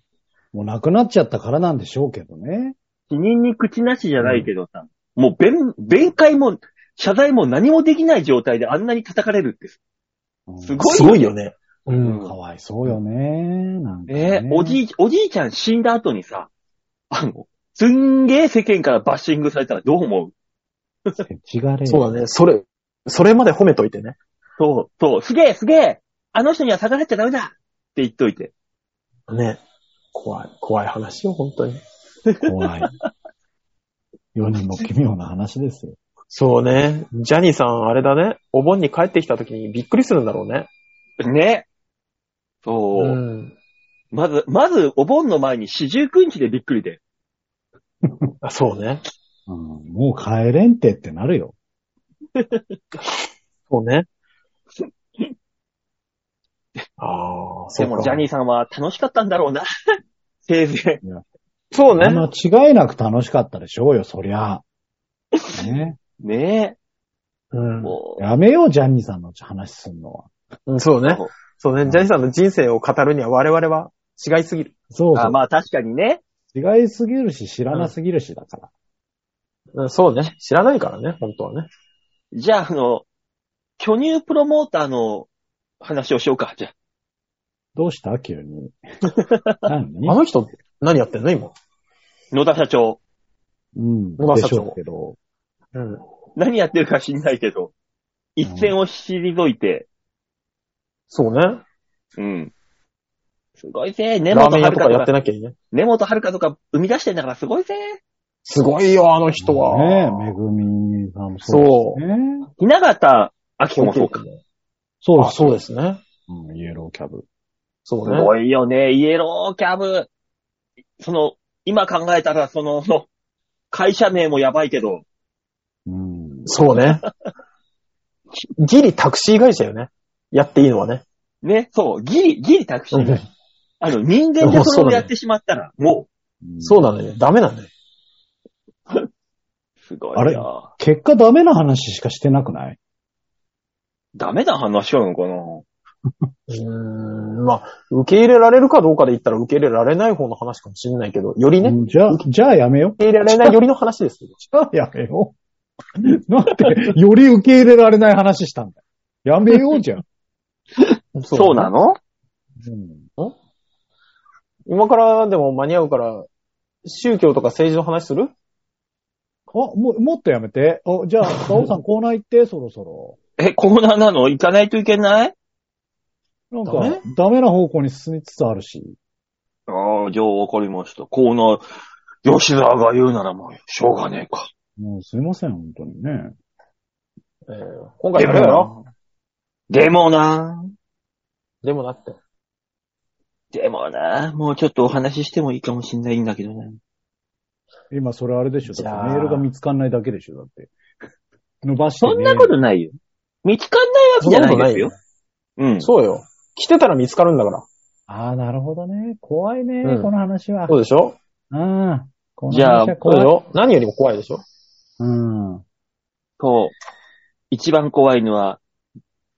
Speaker 3: もうなくなっちゃったからなんでしょうけどね。
Speaker 1: 死人に口なしじゃないけどさ、もう弁、弁解も、謝罪も何もできない状態であんなに叩かれるって。
Speaker 3: うん
Speaker 1: すご
Speaker 2: すごいよね。うん。
Speaker 3: かわいそうよね。なんか
Speaker 1: ねえ、
Speaker 3: ね、
Speaker 1: おじい、おじいちゃん死んだ後にさ、あの、すんげえ世間からバッシングされたらどう思う
Speaker 3: 違がれよ。
Speaker 2: そうだね。それ、それまで褒めといてね。
Speaker 1: そう、そう、すげえ、すげえあの人には逆らっちゃダメだって言っといて。
Speaker 2: ね。怖い、怖い話よ、本当に。
Speaker 3: *laughs* 怖い。世にも奇妙な話ですよ。
Speaker 2: そうね。ジャニーさん、あれだね。お盆に帰ってきた時にびっくりするんだろうね。
Speaker 1: ね。そう、
Speaker 2: ん。
Speaker 1: まず、まず、お盆の前に四十九日でびっくりで。
Speaker 2: あ、そうね。
Speaker 3: うん、もう帰れんてってなるよ。
Speaker 2: そう *laughs* ね。ああ、そ
Speaker 1: で
Speaker 2: う
Speaker 1: も、
Speaker 2: か。
Speaker 1: ジャニーさんは楽しかったんだろうな。 *laughs* せいぜ
Speaker 2: そうね。
Speaker 3: 間違いなく楽しかったでしょうよ、そ
Speaker 2: *laughs*
Speaker 3: りゃ。ね。
Speaker 1: い。ね
Speaker 2: うん
Speaker 1: え、も
Speaker 3: やめよう、ジャニーさんの話すんのは。
Speaker 2: うん。そう
Speaker 1: う。
Speaker 2: ね。そうね。ジャニーさんの人生を語るには我々は違いすぎる。
Speaker 3: そうそ
Speaker 1: あ
Speaker 3: う。
Speaker 1: まあ、確かにね。
Speaker 3: 違いすぎるし、知らなすぎるし、だから。
Speaker 2: うん、そうね。知らないからね、本当はね。
Speaker 1: じゃあ、あの、巨乳プロモーターの話をしようか。じゃあ
Speaker 3: どうした急
Speaker 2: *laughs*
Speaker 3: に。何
Speaker 2: あの人、何やってんの今。
Speaker 1: 野田社長。
Speaker 3: うん。
Speaker 2: 野田社
Speaker 3: でし
Speaker 2: 長
Speaker 3: ょうけど。
Speaker 2: うん。
Speaker 1: 何やってるか知んないけど、一線を退いて、
Speaker 2: そうね。
Speaker 1: うん。すごいぜ、根
Speaker 2: ラー
Speaker 1: 本
Speaker 2: メ
Speaker 1: 遥
Speaker 2: ン屋とかや
Speaker 1: かと
Speaker 2: って
Speaker 1: か、
Speaker 2: なきゃいいね。
Speaker 1: 根本遥とか生み出してんだからすごいぜ。
Speaker 2: すごいよ、あの人は。
Speaker 3: ねえ、めぐみさんもうですね。
Speaker 1: 雛形明子もそうか。
Speaker 3: そう
Speaker 2: あ、そうですね。
Speaker 3: うん、イエローキャブ。
Speaker 2: そう
Speaker 1: す
Speaker 2: ね。
Speaker 1: ごいよね、イエローキャブ。その、今考えたらその、の会社名もやばいけど、
Speaker 3: うん。
Speaker 2: そうね。ギリタクシー会社よね。やっていいのはね。
Speaker 1: ね、そう、ギリ、ギリタクシーだよ。あの、人間でそれをやってしまった
Speaker 2: *laughs*
Speaker 1: ら、も
Speaker 2: そうなのよね。ダメなんだよ。
Speaker 1: う、すご
Speaker 3: あ
Speaker 1: い
Speaker 3: れ
Speaker 1: よ。
Speaker 3: 結果ダメな話しかしてなくない
Speaker 1: ダメな話なのかな
Speaker 2: うーん、まあ、受け入れられるかどうかで言ったら受け入れられない方の話かもしれないけど、よりね、受
Speaker 3: うんじゃあ、じゃあやめよう。
Speaker 2: け入れられないよりの話ですけど。
Speaker 3: *laughs* じゃあやめよう。 *laughs* なんで、より受け入れられない話したんだよ。やめよ *laughs* うじゃん。
Speaker 1: そうなの
Speaker 3: うん、
Speaker 2: 今からでも間に合うから、宗教とか政治の話する
Speaker 3: あ、もう、もっとやめて。あ、じゃあ、ガオさんコーナー行って、そろそろ。
Speaker 1: え、コーナーなの行かないといけない
Speaker 3: なんか
Speaker 2: ダメ、
Speaker 3: ダメな方向に進みつつあるし。
Speaker 1: ああ、じゃあわかりました。コーナー、吉沢が言うならもう、しょうがねえか。
Speaker 3: もうすいません、本当にね。
Speaker 2: えー今回やめろよ。
Speaker 1: でもな
Speaker 2: でもなって。
Speaker 1: でもな、もうちょっとお話ししてもいいかもしんないんだけどね。
Speaker 3: 今それあれでしょ
Speaker 2: じ
Speaker 3: だ
Speaker 2: ゃあ
Speaker 3: ってメールが見つかんないだけでしょだって。伸ばして、ね。
Speaker 1: そんなことないよ。見つかんないわけじゃないですよ。うん。
Speaker 2: そうよ。来てたら見つかるんだから。
Speaker 3: ああ、なるほどね。怖いね、
Speaker 2: うん
Speaker 3: この話は。
Speaker 2: そうでしょ
Speaker 3: うん。この
Speaker 1: じゃあ
Speaker 3: 話は
Speaker 2: そう
Speaker 3: 怖
Speaker 2: で
Speaker 3: い
Speaker 2: し。ょ何よりも怖いでしょ
Speaker 3: うん。
Speaker 1: そう。一番怖いのは、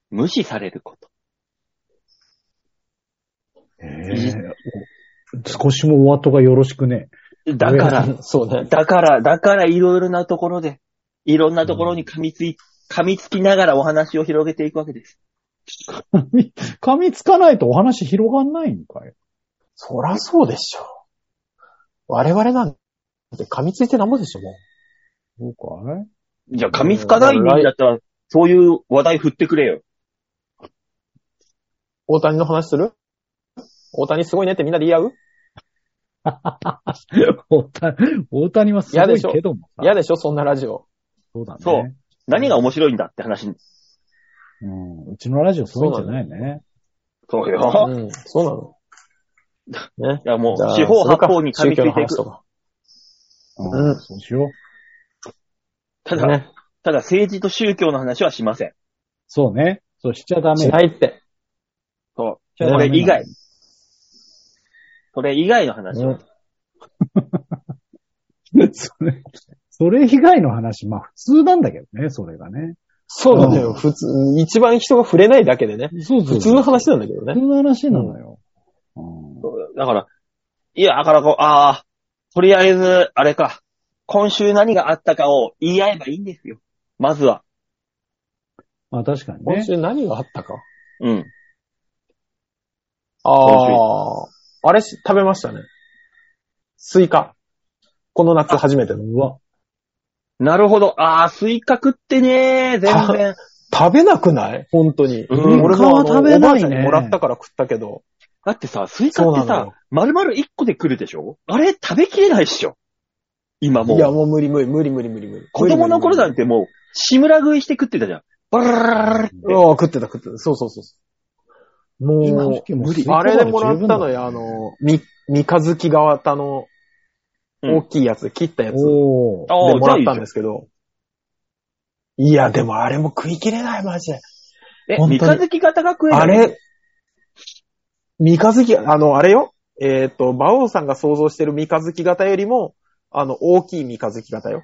Speaker 1: 無視されること。
Speaker 3: ええ少しもお後がよろしくね。
Speaker 1: だから、
Speaker 2: *laughs* そうね。
Speaker 1: だから、だからいろいろなところで、いろんなところに噛みつい、噛みつきながらお話を広げていくわけです。
Speaker 3: 噛みつかないとお話広がんないんかい。
Speaker 2: そらそうでしょ。我々なんて噛みついてなんぼでしょ、も
Speaker 3: そうかい
Speaker 1: じゃあ噛みつかないんだったら、そういう話題振ってくれよ。
Speaker 2: う。大谷の話する大谷すごいねってみんなで言い合う
Speaker 3: 大谷 *laughs* 大谷はすごいけどもさ。
Speaker 2: 嫌でしょそんなラジオ。
Speaker 3: そうだね。
Speaker 1: そう何が面白いんだって話。
Speaker 3: う。ん。うちのラジオそういうんじゃないね。
Speaker 1: そう
Speaker 2: う
Speaker 1: よ。
Speaker 2: ん、そうなの。ね。
Speaker 1: いやもう
Speaker 2: じゃ、あ
Speaker 1: 四方八方に
Speaker 2: そ
Speaker 1: 噛
Speaker 2: れ
Speaker 1: みついてい
Speaker 2: か宗教の話
Speaker 1: く
Speaker 2: と。かう
Speaker 3: う。
Speaker 2: んん
Speaker 3: そうしよう。
Speaker 1: ただ、
Speaker 2: ね。
Speaker 1: ただ政治と宗教の話はしません。
Speaker 3: そうね。そうしちゃダメ
Speaker 2: し。ないって。
Speaker 1: そう。
Speaker 3: しちゃダ
Speaker 1: そ
Speaker 3: メ
Speaker 1: れ
Speaker 3: なの
Speaker 1: 以外。。それ以外の話
Speaker 2: う
Speaker 1: を
Speaker 2: ん。
Speaker 3: *laughs* それ、それ以外の話、まあ普通なんだけどね、それがね。
Speaker 2: そうなのよ。普通、一番人が触れないだけでね。
Speaker 3: そう
Speaker 2: 普通の話なんだけど
Speaker 3: 普
Speaker 2: ね。
Speaker 3: 通の話なのよ。うん
Speaker 1: だから、いや、だからこう、ああ、とりあえず、あれか。今週何があったかを言い合えばいいんですよ。まずは。
Speaker 3: まあ確かに
Speaker 2: 今
Speaker 3: ね。
Speaker 2: 週何があったか。
Speaker 1: うん。
Speaker 2: ああ、あれし食べましたね。スイカ。この夏初めての。
Speaker 3: うわ。
Speaker 1: なるほど。ああ、スイカ食ってねー、全
Speaker 2: *laughs*
Speaker 1: 然。
Speaker 2: 食べなくない本当に。
Speaker 1: うん
Speaker 2: 俺もあ
Speaker 3: スイカは食
Speaker 2: の、
Speaker 3: べな
Speaker 2: おばあ
Speaker 3: いね
Speaker 2: ちゃんにもらったから食ったけど。
Speaker 1: だってさ、スイカって
Speaker 2: そうなの
Speaker 1: さ
Speaker 2: よ、
Speaker 1: 丸々1個で来るでしょあれ食べきれないっしょ。今も
Speaker 2: いや、
Speaker 1: う。
Speaker 2: もう無理無理無理無理無理無理。
Speaker 1: 子供の頃なん
Speaker 2: て。
Speaker 1: てもう、志村食いして食ってたじゃん。バラララララって。
Speaker 2: うん、食ってた食ってた。そうそうそうそう。
Speaker 3: 今
Speaker 2: も
Speaker 3: の時期
Speaker 2: う、
Speaker 3: も
Speaker 2: 無
Speaker 3: スイ
Speaker 2: 理。
Speaker 3: カ
Speaker 2: あ
Speaker 3: は十
Speaker 2: れ
Speaker 3: 分だ
Speaker 2: でもらったのよ、あの、み、三日月型の大きいやつ、切ったやつ。
Speaker 3: お
Speaker 1: あ
Speaker 2: で
Speaker 3: ー。
Speaker 1: あ、
Speaker 2: も
Speaker 1: じゃ
Speaker 2: ら
Speaker 1: あい
Speaker 2: っ
Speaker 1: いじゃ
Speaker 2: た
Speaker 1: ん
Speaker 2: んですけど。いや、でもあれも食い切れない、マジで。
Speaker 1: え、
Speaker 2: 本当
Speaker 1: 三
Speaker 2: に
Speaker 1: 日月型が食えない
Speaker 2: あれ、三日月、あの、あれよ。えっ、と、馬王さんが想像してる三日月型よりも、あの、大きい三日月型よ。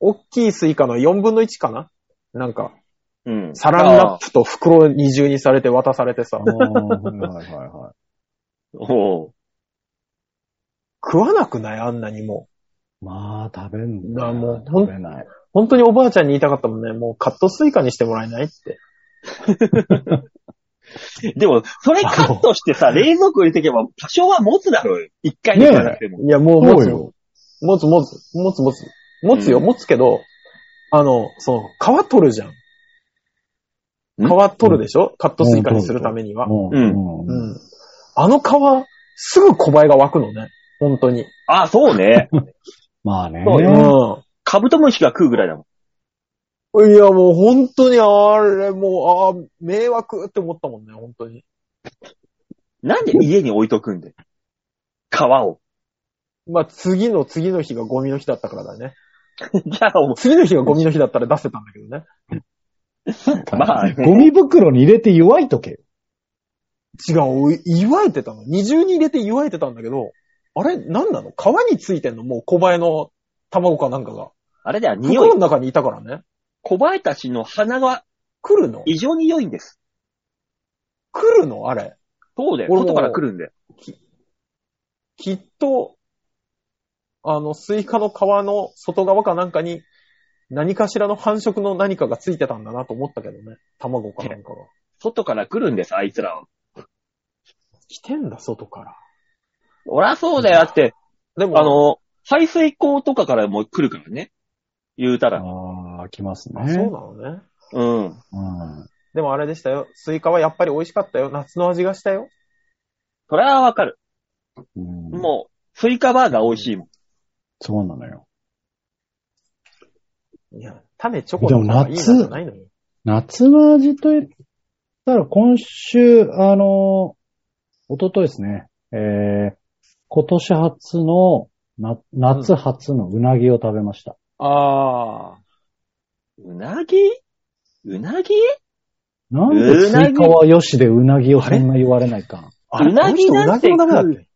Speaker 2: 大きいスイカの4分の1かななんか、
Speaker 1: うん。
Speaker 2: サランラップと袋二重にされて渡されてさ
Speaker 3: あ、ーはいはいはいは
Speaker 1: おう
Speaker 2: 食わなくないあんなにも
Speaker 3: い。まあ食べん
Speaker 2: まあもう
Speaker 3: 食べない。
Speaker 2: う。本当におばあちゃんに言いたかったもんね。もうカットスイカにしてもらえないって。
Speaker 1: でも、それカットしてさ、冷蔵庫入れていけば、多少は持つだろうよ。一回になくても。
Speaker 2: いや、もう
Speaker 3: そ
Speaker 2: 持
Speaker 3: う
Speaker 2: つ
Speaker 3: よ。
Speaker 2: 持つ持つ。持つ持つ。持つよ、
Speaker 1: うん
Speaker 2: 持つけど、あの、その、皮取るじゃん。皮取るでしょ、カットスイカにするためには。
Speaker 3: うん。
Speaker 2: う
Speaker 3: うん。
Speaker 2: ん。あの皮、すぐ小林が湧くのね。本当に。
Speaker 1: ああ、そうね。
Speaker 3: まあね。
Speaker 1: そう
Speaker 2: うん。
Speaker 1: カブトムシが食うぐらいだもん。
Speaker 2: いや、もう本当にあれ、もう、ああ、迷惑って思ったもんね、本当に。
Speaker 1: なんで家に置いとくんで。皮を。
Speaker 2: まあ、次の次の日がゴミの日だったからだね。
Speaker 1: じゃあ、お
Speaker 2: 次の日がゴミの日だったら出せたんだけどね。
Speaker 1: まあね
Speaker 3: ゴミ袋に入れて祝いとけよ。
Speaker 2: 違うおい、祝えてたの。二重に入れて祝えてたんだけど、あれ、なんなの皮についてんのもう小林の卵かなんかが。
Speaker 1: あれだよ、匂
Speaker 2: 袋
Speaker 1: い
Speaker 2: の。中にいたからね。
Speaker 1: 小林たちの鼻が
Speaker 2: 来るの
Speaker 1: 異常に良いんです。
Speaker 2: 来るのあれ。
Speaker 1: そうだよ。
Speaker 2: 俺も
Speaker 1: 外から来るんだよ。
Speaker 2: きっと、あの、スイカの皮の外側かなんかに、何かしらの繁殖の何かがついてたんだなと思ったけどね。卵かなんかが。
Speaker 1: 外から来るんです、あいつらは。
Speaker 2: 来てんだ、外から。
Speaker 1: おらそうだよ。だって、
Speaker 2: でも、
Speaker 1: あ、の、排水口とかからも来るからね。言うたら。
Speaker 3: ああ、来ますね。
Speaker 2: あそうなのね。
Speaker 1: うん。
Speaker 3: うん。
Speaker 2: でもあれでしたよ。スイカはやっぱり美味しかったよ。夏の味がしたよ。
Speaker 1: それはわかる。
Speaker 3: うん
Speaker 1: もう、スイカバーが美味しいもん。
Speaker 3: そうなのよ。
Speaker 2: いや、種チョコの方がいいなじゃないのよ。
Speaker 3: 夏の味と言ったら、今週、あの、一昨日ですね、えー、今年初の、な夏初のうなぎを食べました。
Speaker 2: ああ。
Speaker 1: うなぎうなぎ
Speaker 3: なんでスイカはよしでうなぎをそんな言われないか。
Speaker 2: あれ
Speaker 1: うなぎ
Speaker 2: この人うなぎもダメだっ
Speaker 1: なん
Speaker 2: け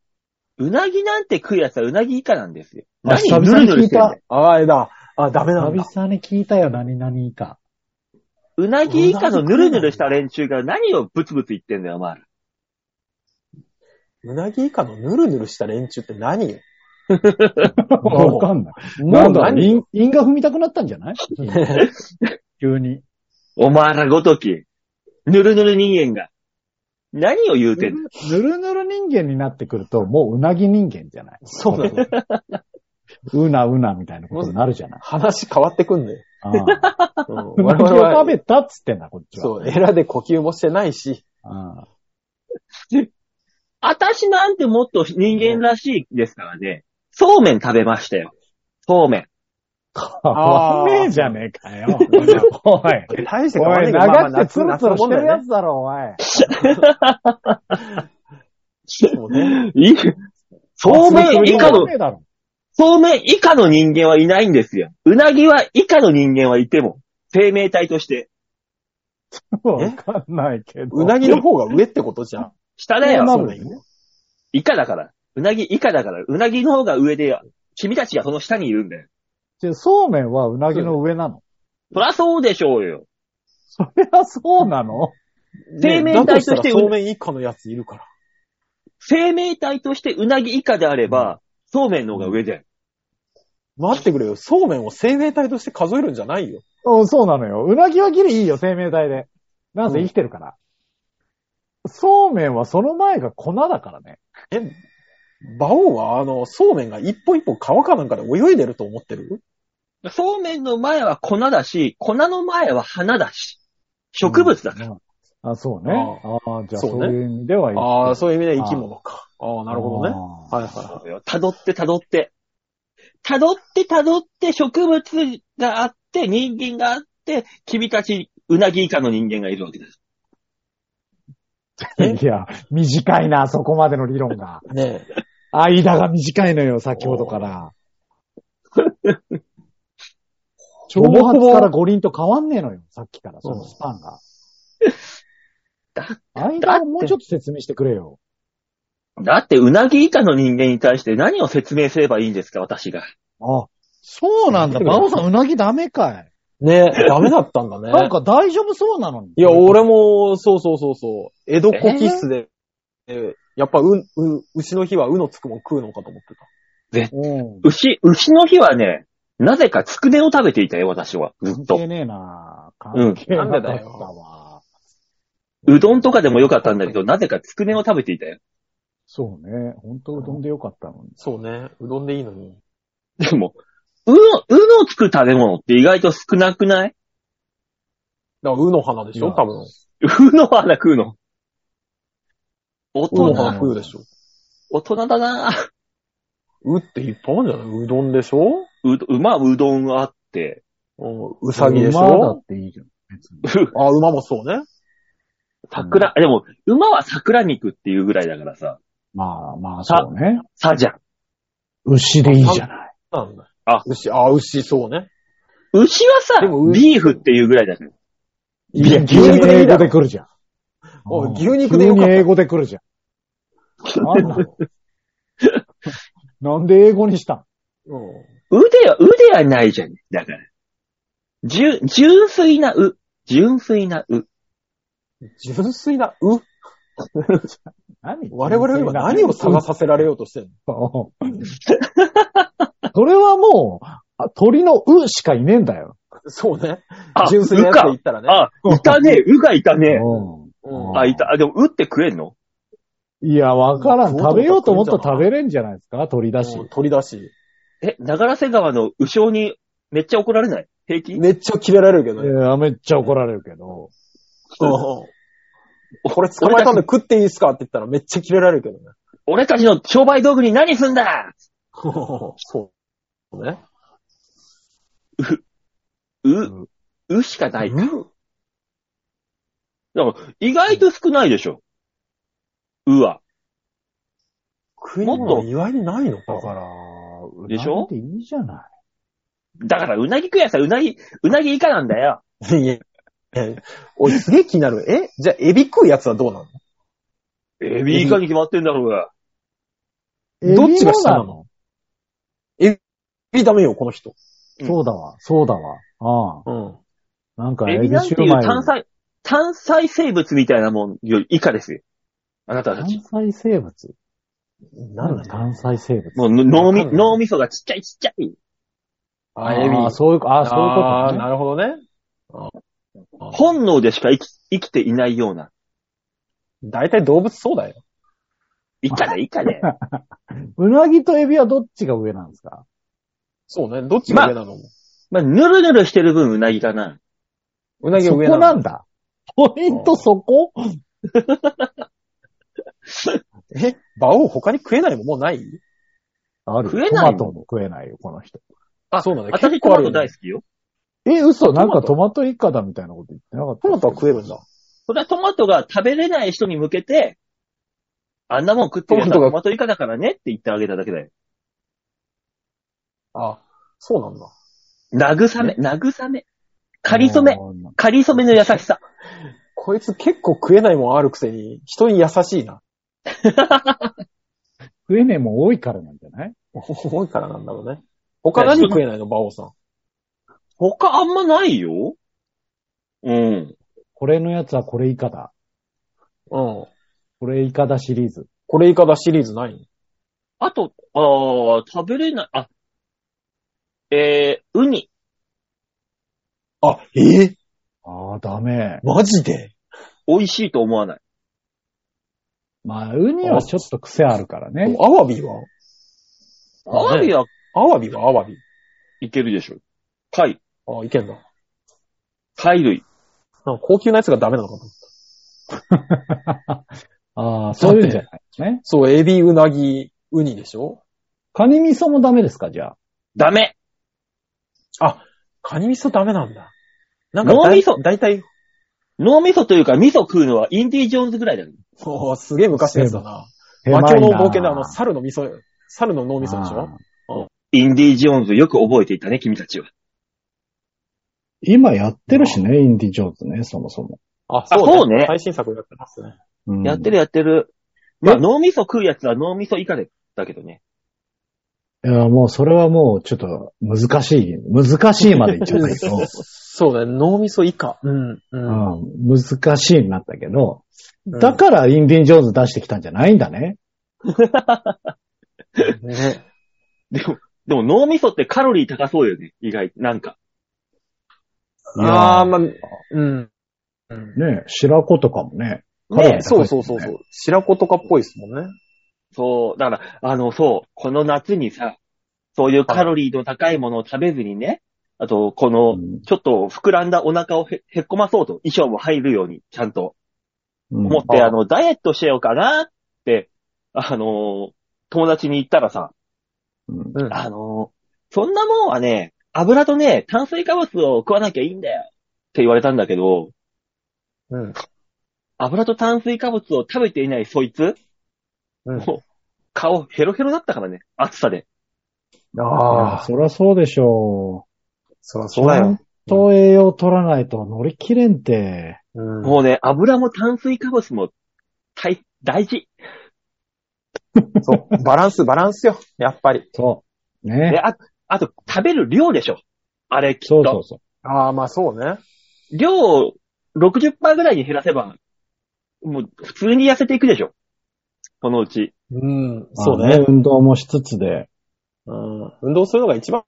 Speaker 1: うなぎなんて食うやつはうなぎ以下なんですよ。
Speaker 3: あ
Speaker 1: 何
Speaker 3: 久
Speaker 1: ぬ
Speaker 3: 々
Speaker 1: る
Speaker 3: に
Speaker 1: ぬ
Speaker 3: 聞
Speaker 1: る
Speaker 3: い
Speaker 1: してん
Speaker 3: た
Speaker 1: ね。
Speaker 2: ああ、えだ。あ、ダメな
Speaker 3: 久
Speaker 2: んだ。
Speaker 3: 々に聞いたよ、何々以下。
Speaker 1: うなぎ以下のぬるぬるした連中が何をブツブツ言ってんだよ、お前ら。
Speaker 2: うなぎ以下のぬるぬるした連中って何よ
Speaker 3: わかんない。
Speaker 2: も
Speaker 3: な
Speaker 2: うん
Speaker 3: だろう、
Speaker 2: 何
Speaker 3: 因因が踏みたくなったんじゃない急に。
Speaker 1: お前らごとき。ぬるぬる人間が。何を言う
Speaker 3: ぬ
Speaker 1: てん
Speaker 3: る
Speaker 1: の
Speaker 3: ぬるぬる人間になってくると、もううなぎ人間じゃない。
Speaker 2: そうだね。
Speaker 3: うなうなみたいなことになるじゃない。
Speaker 2: 話変わってくんね。
Speaker 3: ああ
Speaker 2: *laughs* うん
Speaker 3: うなぎを食べたっつってんだ、こっちは。
Speaker 2: そう、エラで呼吸もしてないし。
Speaker 3: ああ
Speaker 1: 私なんてもっと人間らしいですからね。そうめん食べましたよ。そうめん。
Speaker 3: 変わんねえじゃねえかよ。おい。
Speaker 2: 大して変わ
Speaker 3: お
Speaker 2: んね
Speaker 3: い、
Speaker 2: えけどまあまあ
Speaker 3: 長くて
Speaker 2: 夏
Speaker 3: ツルツルしてるや
Speaker 2: 夏
Speaker 3: つだろ、おい。
Speaker 2: のもんだよねそうね
Speaker 1: いいそうめん以下の
Speaker 3: ね、えだろ
Speaker 1: そうめん以下の人間はいないんですよ。うなぎは以下の人間はいても、生命体として。
Speaker 3: わかんないけど。
Speaker 2: *laughs* うなぎの方が上ってことじゃん。
Speaker 1: 下だよ。
Speaker 3: そ
Speaker 2: そう
Speaker 3: う
Speaker 2: だ
Speaker 3: だ
Speaker 2: よね。
Speaker 1: 以下だから。うなぎ以下だから。うなぎの方が上で、君たちがその下にいるんだよ。
Speaker 3: じゃあそうめんはうなぎの上なの。
Speaker 1: そらそうでしょうよ。
Speaker 3: それはそうなの
Speaker 1: 生命体として
Speaker 2: だとしたらそうめん以下のやついるから。
Speaker 1: 生命体としてうなぎ以下であれば、そうめんの方が上だよ。
Speaker 2: 待ってくれよ。そうめんを生命体として数えるんじゃないよ。
Speaker 3: うん、そうなのよ。うなぎはギリいいよ、生命体で。なんせ生きてるから。そうめんはその前が粉だからね。
Speaker 2: え、馬王は、あの、そうめんが一歩一歩川かなんかで泳いでると思ってる
Speaker 1: そうめんの前は粉だし、粉の前は花だし、植物だから。
Speaker 3: うんあ、そうね。
Speaker 2: あ
Speaker 3: ああ、じゃあ
Speaker 2: そう
Speaker 3: そ
Speaker 2: ね
Speaker 3: ういう意味ではいい。
Speaker 2: ああ、そういう意味で生き物か。ああ、なるほどね。
Speaker 3: あ
Speaker 2: はいは
Speaker 1: そうよ辿って辿って。辿って辿って植物があって、人間があって、君たち、うなぎ以下の人間がいるわけです。
Speaker 3: ーいや、短いな、そこまでの理論が。
Speaker 2: い。ねえ。
Speaker 3: 間が短いのよ、先ほどから。長
Speaker 2: ぼほぼ
Speaker 3: 髪から五輪と変わんねえのよ、さっきから、そのスパン
Speaker 2: *laughs*
Speaker 3: が。
Speaker 1: だ
Speaker 3: 間をもうちょっと説明してくれよ。
Speaker 1: だって、うなぎ以下の人間に対して何を説明すればいいんですか、私が。
Speaker 3: あ、そうなんだ。バオさん、うなぎダメかい。
Speaker 2: ねえ、ダメだったんだね。
Speaker 3: なんか大丈夫そうなのに。
Speaker 2: いや、俺も、そうそうそうそう。江戸古気質で、えーやっぱ、う、う、牛の日はうのつくもん食うのかと思ってた。
Speaker 3: うん。
Speaker 1: 牛、牛の日はね、なぜかつくねを食べていたよ、私は。ずっ
Speaker 3: 関
Speaker 1: と
Speaker 3: 係。ねえな
Speaker 1: うん
Speaker 3: 関係なかったわ。
Speaker 1: うどんとかでもよかったんだけど、なぜかつくねを食べていたよ。
Speaker 3: そうね。本当うどんでよかったのに。
Speaker 2: そうね。うどんでいいのに。
Speaker 1: でも、うの、うのをつく食べ物って意外と少なくない
Speaker 2: だから、うの花でし
Speaker 3: い
Speaker 2: ょ
Speaker 3: や
Speaker 2: 多分。
Speaker 1: うのはな食うの。大
Speaker 2: うの
Speaker 1: 人、
Speaker 2: 花食うでしょ。
Speaker 1: 大人だなぁ。
Speaker 2: うっていっぱいあるんじゃないうどんでしょ
Speaker 1: うど、まあ、うどんあって、
Speaker 2: うんうさぎでし
Speaker 3: 馬だ
Speaker 2: ょ
Speaker 3: っていいじゃん。別に。
Speaker 2: あ、馬もそうね。
Speaker 1: 桜、でも、馬は桜肉っていうぐらいだからさ、
Speaker 3: まあまあ、そうね。
Speaker 1: さじゃん。
Speaker 3: 牛でいいじゃない。
Speaker 2: なんだ。
Speaker 1: あ
Speaker 2: 牛、あ、牛、そうね。
Speaker 1: 牛はさ
Speaker 2: でも、牛
Speaker 1: ビーフっていうぐらいだから。
Speaker 2: いや牛肉でいい
Speaker 3: 英
Speaker 2: だ
Speaker 3: 語
Speaker 2: ろ
Speaker 3: で来るじゃん。
Speaker 2: おい
Speaker 3: うん
Speaker 2: 牛肉でよかった
Speaker 3: 急に英語で来るじゃん。なんな
Speaker 2: *laughs*
Speaker 3: のなんで英語にしたん
Speaker 2: うん。
Speaker 1: 腕は、腕はないじゃん。だから。純、純粋なう。純粋なう。
Speaker 2: 純粋な、う、
Speaker 3: 何
Speaker 2: 我々は今何を探させられようとしてる
Speaker 3: *laughs* うんそれはもう、あ鳥のうしかいねえんだよ。
Speaker 2: のそうね。
Speaker 1: あ、
Speaker 2: 純粋な
Speaker 1: う
Speaker 2: やつで
Speaker 1: か
Speaker 2: 言。ったらね。
Speaker 1: あ、いたね。うがいたね。
Speaker 2: うん
Speaker 3: うん
Speaker 1: あ、いた。あ、でも、うって食えんの
Speaker 3: いや、わからん。
Speaker 2: どうだ
Speaker 3: 食べようと思ったら食べれんじゃないですか鳥だし
Speaker 2: う。ん鳥だし。
Speaker 1: え、長良瀬川の右小にめっちゃ怒られない平気
Speaker 2: めっちゃ切れられるけ
Speaker 3: え
Speaker 2: どね。
Speaker 3: ーめっちゃ怒られるけど。
Speaker 2: うんこれ捕まえたんで食っていいですかって言ったらめっちゃ切れられるけどね。
Speaker 1: 俺たちの商売道具に何すんだ
Speaker 2: そう。ね。
Speaker 1: う、うしかないか。
Speaker 2: う
Speaker 1: だから、意外と少ないでしょ。うは。
Speaker 2: 食い物
Speaker 1: もっ
Speaker 2: は
Speaker 1: と
Speaker 2: 意外にないの
Speaker 3: だ
Speaker 2: か。
Speaker 3: から、
Speaker 1: でしょ
Speaker 3: うなぎでいいじゃな
Speaker 1: だから、うなぎ食えやさ、うなぎ、うなぎ以下なんだよ。
Speaker 2: いやいや俺すげえ気になる。えじゃあ、エビ食うやつはどうなの
Speaker 1: エビ以下に決まってんだろうが。
Speaker 3: い。
Speaker 2: どっちが下なの
Speaker 3: エビも
Speaker 2: エビダメよ、この人。
Speaker 1: うん
Speaker 3: そうだわ、そうだわ。あ
Speaker 2: うん。
Speaker 3: あ。なんか、
Speaker 1: エ
Speaker 3: エ
Speaker 1: ビ
Speaker 3: ビ
Speaker 1: なん
Speaker 3: シ
Speaker 1: て
Speaker 3: ュー
Speaker 1: いう
Speaker 3: マイ。
Speaker 1: 単細、単細生物みたいなもんより以下ですよ。あなたた
Speaker 3: 単
Speaker 1: ち。
Speaker 3: 細生物
Speaker 2: なんだ
Speaker 3: 単細生物。
Speaker 1: もうの脳み、
Speaker 2: わかんない
Speaker 1: 脳みそがちっちゃいちっちゃい。
Speaker 2: あ、エビ。
Speaker 3: あーそういうこ、あーそういう
Speaker 2: あー
Speaker 3: ことね
Speaker 2: なるほどね。
Speaker 1: 本能でしか生き、生きていないような。
Speaker 2: 大体動物そうだよ。
Speaker 1: 以下だ、以下だよ。
Speaker 3: うなぎとエビはどっちが上なんですか
Speaker 2: そうね。どっちが上なの、
Speaker 1: まあ、ぬるぬるしてる分、うなぎかな。
Speaker 2: うなぎが
Speaker 3: そこ
Speaker 2: 上なの
Speaker 3: なんだ。ポイントそこ
Speaker 2: え馬王他に食えないもんもうない
Speaker 3: ある。
Speaker 1: 食えない
Speaker 3: トマトも食えないよ、この人。
Speaker 1: あ
Speaker 2: そうなんだ。
Speaker 1: 私
Speaker 2: 結
Speaker 1: ト
Speaker 2: 構
Speaker 1: マ
Speaker 2: あるよ
Speaker 1: ト
Speaker 2: ね
Speaker 1: 大好きよ。
Speaker 3: え、嘘
Speaker 2: トマト
Speaker 3: なんかトマト一家だみたいなこと言ってなかった。
Speaker 2: トマトは食えるんだ。
Speaker 1: それはトマトが食べれない人に向けて、あんなもん食ってるやつは
Speaker 2: トマトが
Speaker 1: トマト以下だからねって言ってあげただけだよ。
Speaker 2: あ、そうなんだ。
Speaker 1: 慰め、慰め。かりそめ。
Speaker 3: もう。
Speaker 1: かりそめの優しさ。
Speaker 2: こいつ結構食えないもんあるくせに、人に優しいな。
Speaker 3: 食えねえもん多いからなんじゃない
Speaker 2: 多いからなんだろうね。他何食えないの馬王さん。
Speaker 1: 他あんまないよ。うん。
Speaker 3: これのやつはこれ以下だ。
Speaker 2: うん。
Speaker 3: これ以下だシリーズ。
Speaker 2: これ以下だシリーズない
Speaker 1: あと、ああ、食べれない、あ、えー、ウニ。
Speaker 2: あ、ええ
Speaker 3: ああ、ダメ。
Speaker 2: マジで
Speaker 1: 美味しいと思わない。
Speaker 3: まあ、ウニはちょっと癖あるからね。
Speaker 2: アワビは
Speaker 1: アワビは
Speaker 2: アワビはアワビ。
Speaker 1: いけるでしょ。貝。
Speaker 2: あ、いけんだ。
Speaker 1: 貝類。
Speaker 2: なんか高級なやつがダメなのかな。
Speaker 3: ああ、そういうんじゃないですね。
Speaker 2: そう、エビ、ウナギ、ウニでしょ
Speaker 3: カニ味噌もダメですかじゃあ。
Speaker 1: ダメ
Speaker 2: カニ味噌ダメなんだ。なん
Speaker 1: 脳
Speaker 2: だい
Speaker 1: みそ
Speaker 2: だいたい、
Speaker 1: 脳味噌というか味噌食うのはインディ・ジョーンズぐらいだよ。
Speaker 2: *laughs* おーすげえ昔のやつだな。
Speaker 3: 狭
Speaker 2: 魔
Speaker 3: いな
Speaker 2: 境の冒険であの、猿の味噌、猿の脳みそでし
Speaker 3: あ
Speaker 2: ょ
Speaker 3: ー
Speaker 1: インディ・ジョーンズよく覚えていたね、君たちは。
Speaker 3: 今やってるしね、インディ・ジョーンズね、そもそも。
Speaker 2: あ、
Speaker 1: そうね
Speaker 2: 最新作やってますね。
Speaker 3: うん
Speaker 1: やってるやってる。まあ、
Speaker 2: え
Speaker 1: 脳味噌食うやつは脳味噌以下で、だけどね。
Speaker 3: いや、もうそれはもうちょっと難しい。難しいまでいっちゃったけど、
Speaker 2: *laughs* そうね、脳みそ以下。うん、うん。
Speaker 3: うん、難しいになったけど、
Speaker 2: うん
Speaker 3: だからインディ・ジョーンズ出してきたんじゃないんだね。
Speaker 2: ね。
Speaker 1: でも、でも脳味噌ってカロリー高そうよね、意外、なんか。
Speaker 3: いやー
Speaker 2: あー、まあ、うん。うん
Speaker 3: ね白子とかもね。カロリー高い
Speaker 2: ねそうそうそうそう。白子とかっぽいですもんね。
Speaker 1: そう、だから、あの、そう、この夏にさ、そういうカロリーの高いものを食べずにね、あと、こ
Speaker 3: う
Speaker 1: の、
Speaker 3: ん
Speaker 1: ちょっと膨らんだお腹をへへっこまそうと、衣装も入るように、ちゃんと、
Speaker 3: うん
Speaker 1: 思って、
Speaker 2: あ
Speaker 1: あの、ダイエットしようかなって、あの、友達に言ったらさ、
Speaker 3: うん
Speaker 2: うん。
Speaker 1: あのーそんなもんはね、油とね、炭水化物を食わなきゃいいんだよって言われたんだけど、
Speaker 2: うん。
Speaker 1: 油と炭水化物を食べていないそいつ、
Speaker 2: うん
Speaker 1: もう顔ヘロヘロだったからね、暑さで。
Speaker 3: ああ、
Speaker 2: ああ、
Speaker 3: そりゃそうでしょ
Speaker 2: そりゃ
Speaker 3: う。
Speaker 2: そうだよ。
Speaker 3: ちゃんと栄養取らないと乗り切れんて。
Speaker 2: うん
Speaker 1: もうね、油も炭水化物も大、大事。
Speaker 2: そう。バランス、バランスよ。やっぱり。
Speaker 3: そう。
Speaker 1: で、
Speaker 3: ね。
Speaker 1: あ、あと、食べる量でしょ。あれ、きっと。
Speaker 3: そうそうそ
Speaker 2: ああ、まあそうね。
Speaker 1: 量を60%ぐらいに減らせば、もう普通に痩せていくでしょ。そのうち。
Speaker 2: うん。
Speaker 3: う。
Speaker 2: そう
Speaker 3: まあ
Speaker 2: ね。
Speaker 3: 運動もしつつで。
Speaker 2: うん。運動するのが一番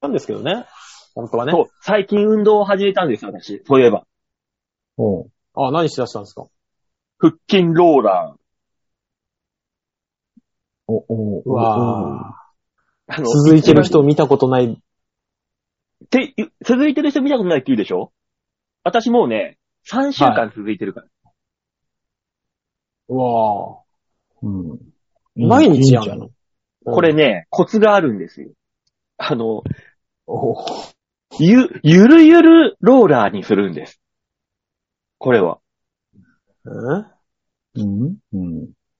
Speaker 2: なんですけどね。本当はね
Speaker 1: そ。う。最近運動を始めたんですよ、私。そういえば。
Speaker 3: おう
Speaker 2: ああ、何しだしたんですか
Speaker 1: 腹筋ローラ
Speaker 3: お、お、お、
Speaker 2: うわ
Speaker 1: ー。あの
Speaker 2: 続いてる。人見たことない。
Speaker 1: って、続いてる人見たことないって言うでしょ私もうね、3週間続いてるから。
Speaker 2: うわあ。
Speaker 3: うん。
Speaker 2: 毎日やん
Speaker 3: いいんじゃない
Speaker 2: の。
Speaker 1: これね、コツがあるんですよ。あの、
Speaker 2: おー。
Speaker 1: ゆ、ゆるゆるローラーにするんです。これは。
Speaker 2: うん
Speaker 3: うん。うん。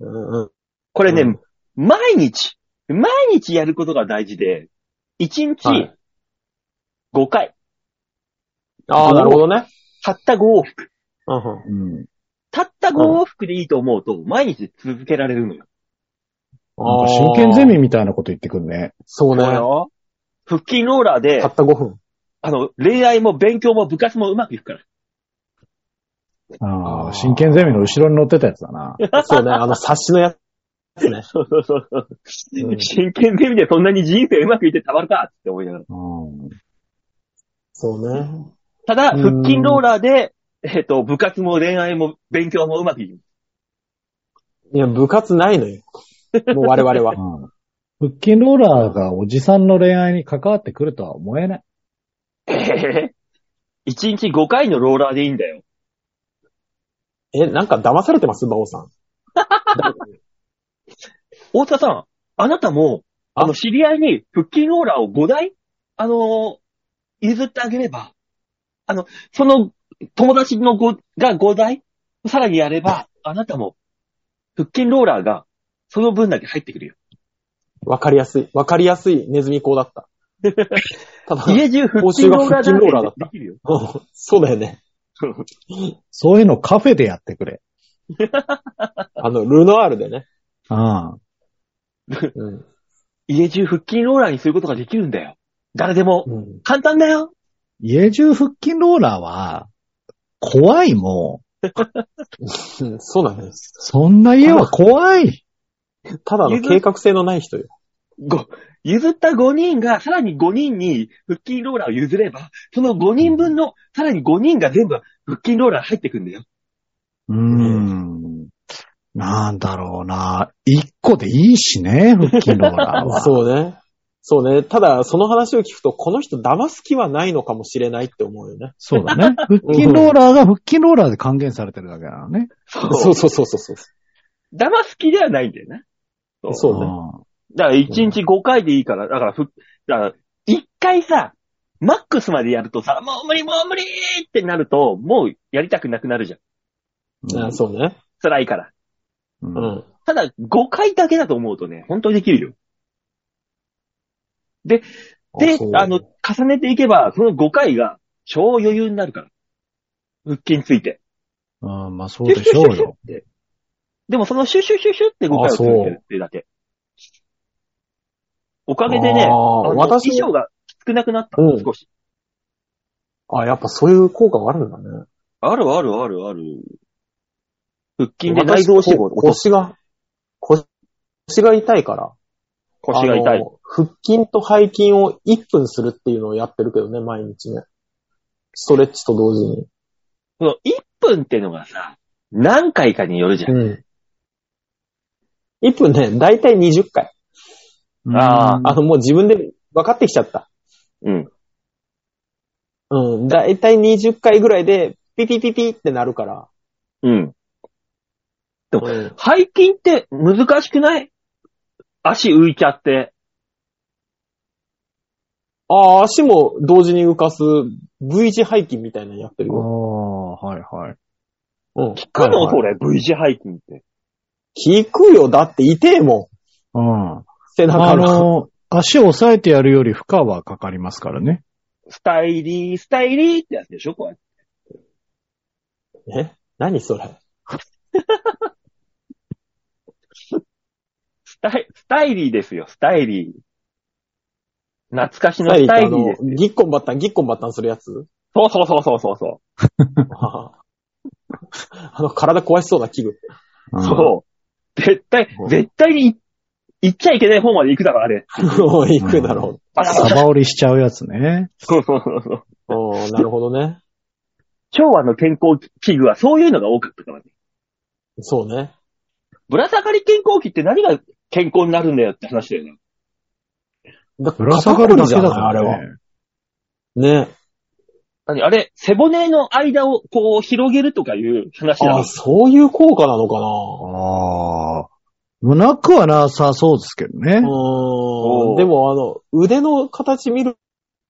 Speaker 2: うんうん
Speaker 1: これね、
Speaker 2: うん
Speaker 1: 毎日、毎日やることが大事で、1
Speaker 2: はい
Speaker 1: 日5回、
Speaker 2: ああ、なるほどね。
Speaker 1: たった5往復。
Speaker 2: うん
Speaker 3: うん。
Speaker 1: たった5往復でいいと思うと、毎日続けられるのよ。
Speaker 2: うん。
Speaker 3: 真剣ゼミみたいなこと言ってくるね。
Speaker 2: そうね。
Speaker 1: よ。腹筋ローラーで
Speaker 2: た、った5分。
Speaker 1: あの、恋愛も勉強も部活もうまくいくから。
Speaker 3: あ
Speaker 2: あー
Speaker 3: あ、真剣ゼミの後ろに乗ってたやつだな。
Speaker 1: *laughs*
Speaker 2: そうね、あの、冊子のやつね。
Speaker 1: そうそうそうそう。
Speaker 2: うん
Speaker 1: 真剣ゼミでそんなに人生うまくいってたまるかって思いながら。
Speaker 3: うん。
Speaker 2: そうね。
Speaker 1: ただ、
Speaker 3: うん
Speaker 1: 腹筋ローラーで、えっ、と、部活も恋愛も勉強もうまくいく。
Speaker 2: いや、部活ないのよ。もう我々
Speaker 3: *laughs*
Speaker 2: は。
Speaker 3: 腹筋ローラーがおじさんの恋愛に関わってくるとは思えない。
Speaker 1: えへへ1日5回のローラーでいいんだよ。
Speaker 2: え、なんか騙されてます馬王さん。
Speaker 1: 大塚さん、あなたも、
Speaker 2: あ
Speaker 1: あの、知り合いに腹筋ローラーを5台、あのー譲ってあげれば、あの、その友達の5が5台、さらにやれば、あなたも、腹筋ローラーが、その分だけ入ってく *laughs* るよ。
Speaker 2: わかりやすい。わかりやすいネズミ講だった。ただ、
Speaker 1: 家中腹筋ローラーだらけでできるよ。
Speaker 2: うんそうだよね。
Speaker 3: そういうのカフェでやってくれ。
Speaker 2: あの、ルノアールでね。
Speaker 3: うん。
Speaker 2: うん。
Speaker 1: 家中腹筋ローラーにすることができるんだよ。誰でも。
Speaker 2: うん、
Speaker 1: 簡単だよ。
Speaker 3: 家中腹筋ローラーは、怖いもん。
Speaker 2: うんそうなんです。
Speaker 3: そんな家は怖い。
Speaker 2: ただの計画性のない人よ。
Speaker 1: ご、譲った5人が、さらに5人に腹筋ローラーを譲れば、その5人分の、さらに5人が全部腹筋ローラー入ってくんだよ。
Speaker 3: うーん。なんだろうな。一個でいいしね、腹筋ローラーは。
Speaker 2: そうね。そうね。ただ、その話を聞くと、この人騙す気はないのかもしれないって思うよね。
Speaker 3: *laughs* そうだね。腹筋ローラーが腹筋ローラーで還元されてるだけなのね。
Speaker 1: そ
Speaker 2: そう
Speaker 1: う。
Speaker 2: そうそうそうそう。
Speaker 1: 騙す気ではないんだよな。そう
Speaker 2: そうね。
Speaker 1: だから1日5回でいいから、だからふ、だから1回さ、マックスまでやるとさ、もう無理もう無理ってなると、もうやりたくなくなるじゃん。
Speaker 3: うん
Speaker 2: あそうね。
Speaker 1: 辛いから。
Speaker 3: うん
Speaker 2: うん。
Speaker 1: ただ、5回だけだと思うとね、本当にできるよ。で、
Speaker 2: そう
Speaker 1: あの、、重ねていけば、その5回が超余裕になるから。腹筋ついて。
Speaker 3: うん、まあそうでしょうよ。
Speaker 1: ででもそのシュシュシュシュって5回を続けるっていうだけ。おかげでね、
Speaker 2: あー
Speaker 1: あの
Speaker 2: 私
Speaker 1: 衣装がきつくなくなった
Speaker 2: う、ん
Speaker 1: 少し。
Speaker 2: あ、やっぱそういう効果があるんだね。
Speaker 1: あるあるあるある。腹筋で内臓脂肪
Speaker 2: 私腰が、腰が痛いから。
Speaker 1: 腰が痛
Speaker 2: あ
Speaker 1: い。
Speaker 2: の。腹筋と背筋を1分するっていうのをやってるけどね、毎日ね。ストレッチと同時に。
Speaker 1: この1分ってのがさ、何回かによるじゃん。
Speaker 2: うん。1分ね、だいたい20回。
Speaker 1: あ
Speaker 2: *laughs* あの、もう自分で分かってきちゃった。
Speaker 1: うん。
Speaker 2: うん。だいたい20回ぐらいで、ピピピピってなるから。
Speaker 1: うん。
Speaker 2: うん
Speaker 1: 背筋って難しくない足浮いちゃって。
Speaker 2: ああ、足も同時に浮かす V 字背筋みたいなのやってる
Speaker 3: あ
Speaker 2: よ。
Speaker 3: あ、はいはい。
Speaker 2: うん。
Speaker 1: 聞くの
Speaker 2: はい
Speaker 1: そ
Speaker 2: はい
Speaker 1: れ、V 字背筋って。
Speaker 2: 聞くよ。だって痛えもん。
Speaker 3: うん。
Speaker 2: 背中
Speaker 3: あ
Speaker 2: の。
Speaker 3: の、足を押さえてやるより負荷はかかりますからね。
Speaker 1: スタイリー、スタイリーってやつでしょこれ。
Speaker 2: え何それ
Speaker 1: スタイ、スタイリーですよ、スタイリー。懐かし
Speaker 2: ス
Speaker 1: の
Speaker 2: タ
Speaker 1: ス
Speaker 2: イリーっ
Speaker 1: タイ
Speaker 2: て
Speaker 1: リ
Speaker 2: あ
Speaker 1: ー
Speaker 2: の
Speaker 1: です、。
Speaker 2: ぎっこんばったん、ぎっこんばったんするやつ *laughs*
Speaker 1: そうそうそうそうそうそ
Speaker 2: あの、体壊しそうな器具。 *laughs*
Speaker 1: う。
Speaker 3: うん
Speaker 1: そう。絶対
Speaker 2: う、ん
Speaker 1: 絶対にい行っちゃいけない方まで行くだから、あれ。
Speaker 2: もう行くだろ
Speaker 1: バタバ
Speaker 3: サ
Speaker 1: タ。
Speaker 3: バ折りしちゃうやつね。
Speaker 1: そうそうそうそう。
Speaker 2: う。うん、なるほどね。
Speaker 1: 昭和の健康器具はそういうのが多かったからね。
Speaker 2: そうね。
Speaker 1: ぶら下がり健康器って何が健康になるんだよって話だよね。
Speaker 2: だ
Speaker 3: ぶら下がるだけだ
Speaker 2: 肩こ
Speaker 3: か
Speaker 2: りじゃないあれ
Speaker 3: ら
Speaker 2: は。
Speaker 3: ね。
Speaker 2: ね。
Speaker 1: 何あれ、背骨の間をこう広げるとかいう話だ
Speaker 2: あ
Speaker 1: ろ
Speaker 2: あ、。そういう効果なのかな
Speaker 3: ああ。もうなくはなさそうですけどね。
Speaker 2: う
Speaker 1: お
Speaker 2: ん。
Speaker 1: う
Speaker 2: でも、あの、腕の形見る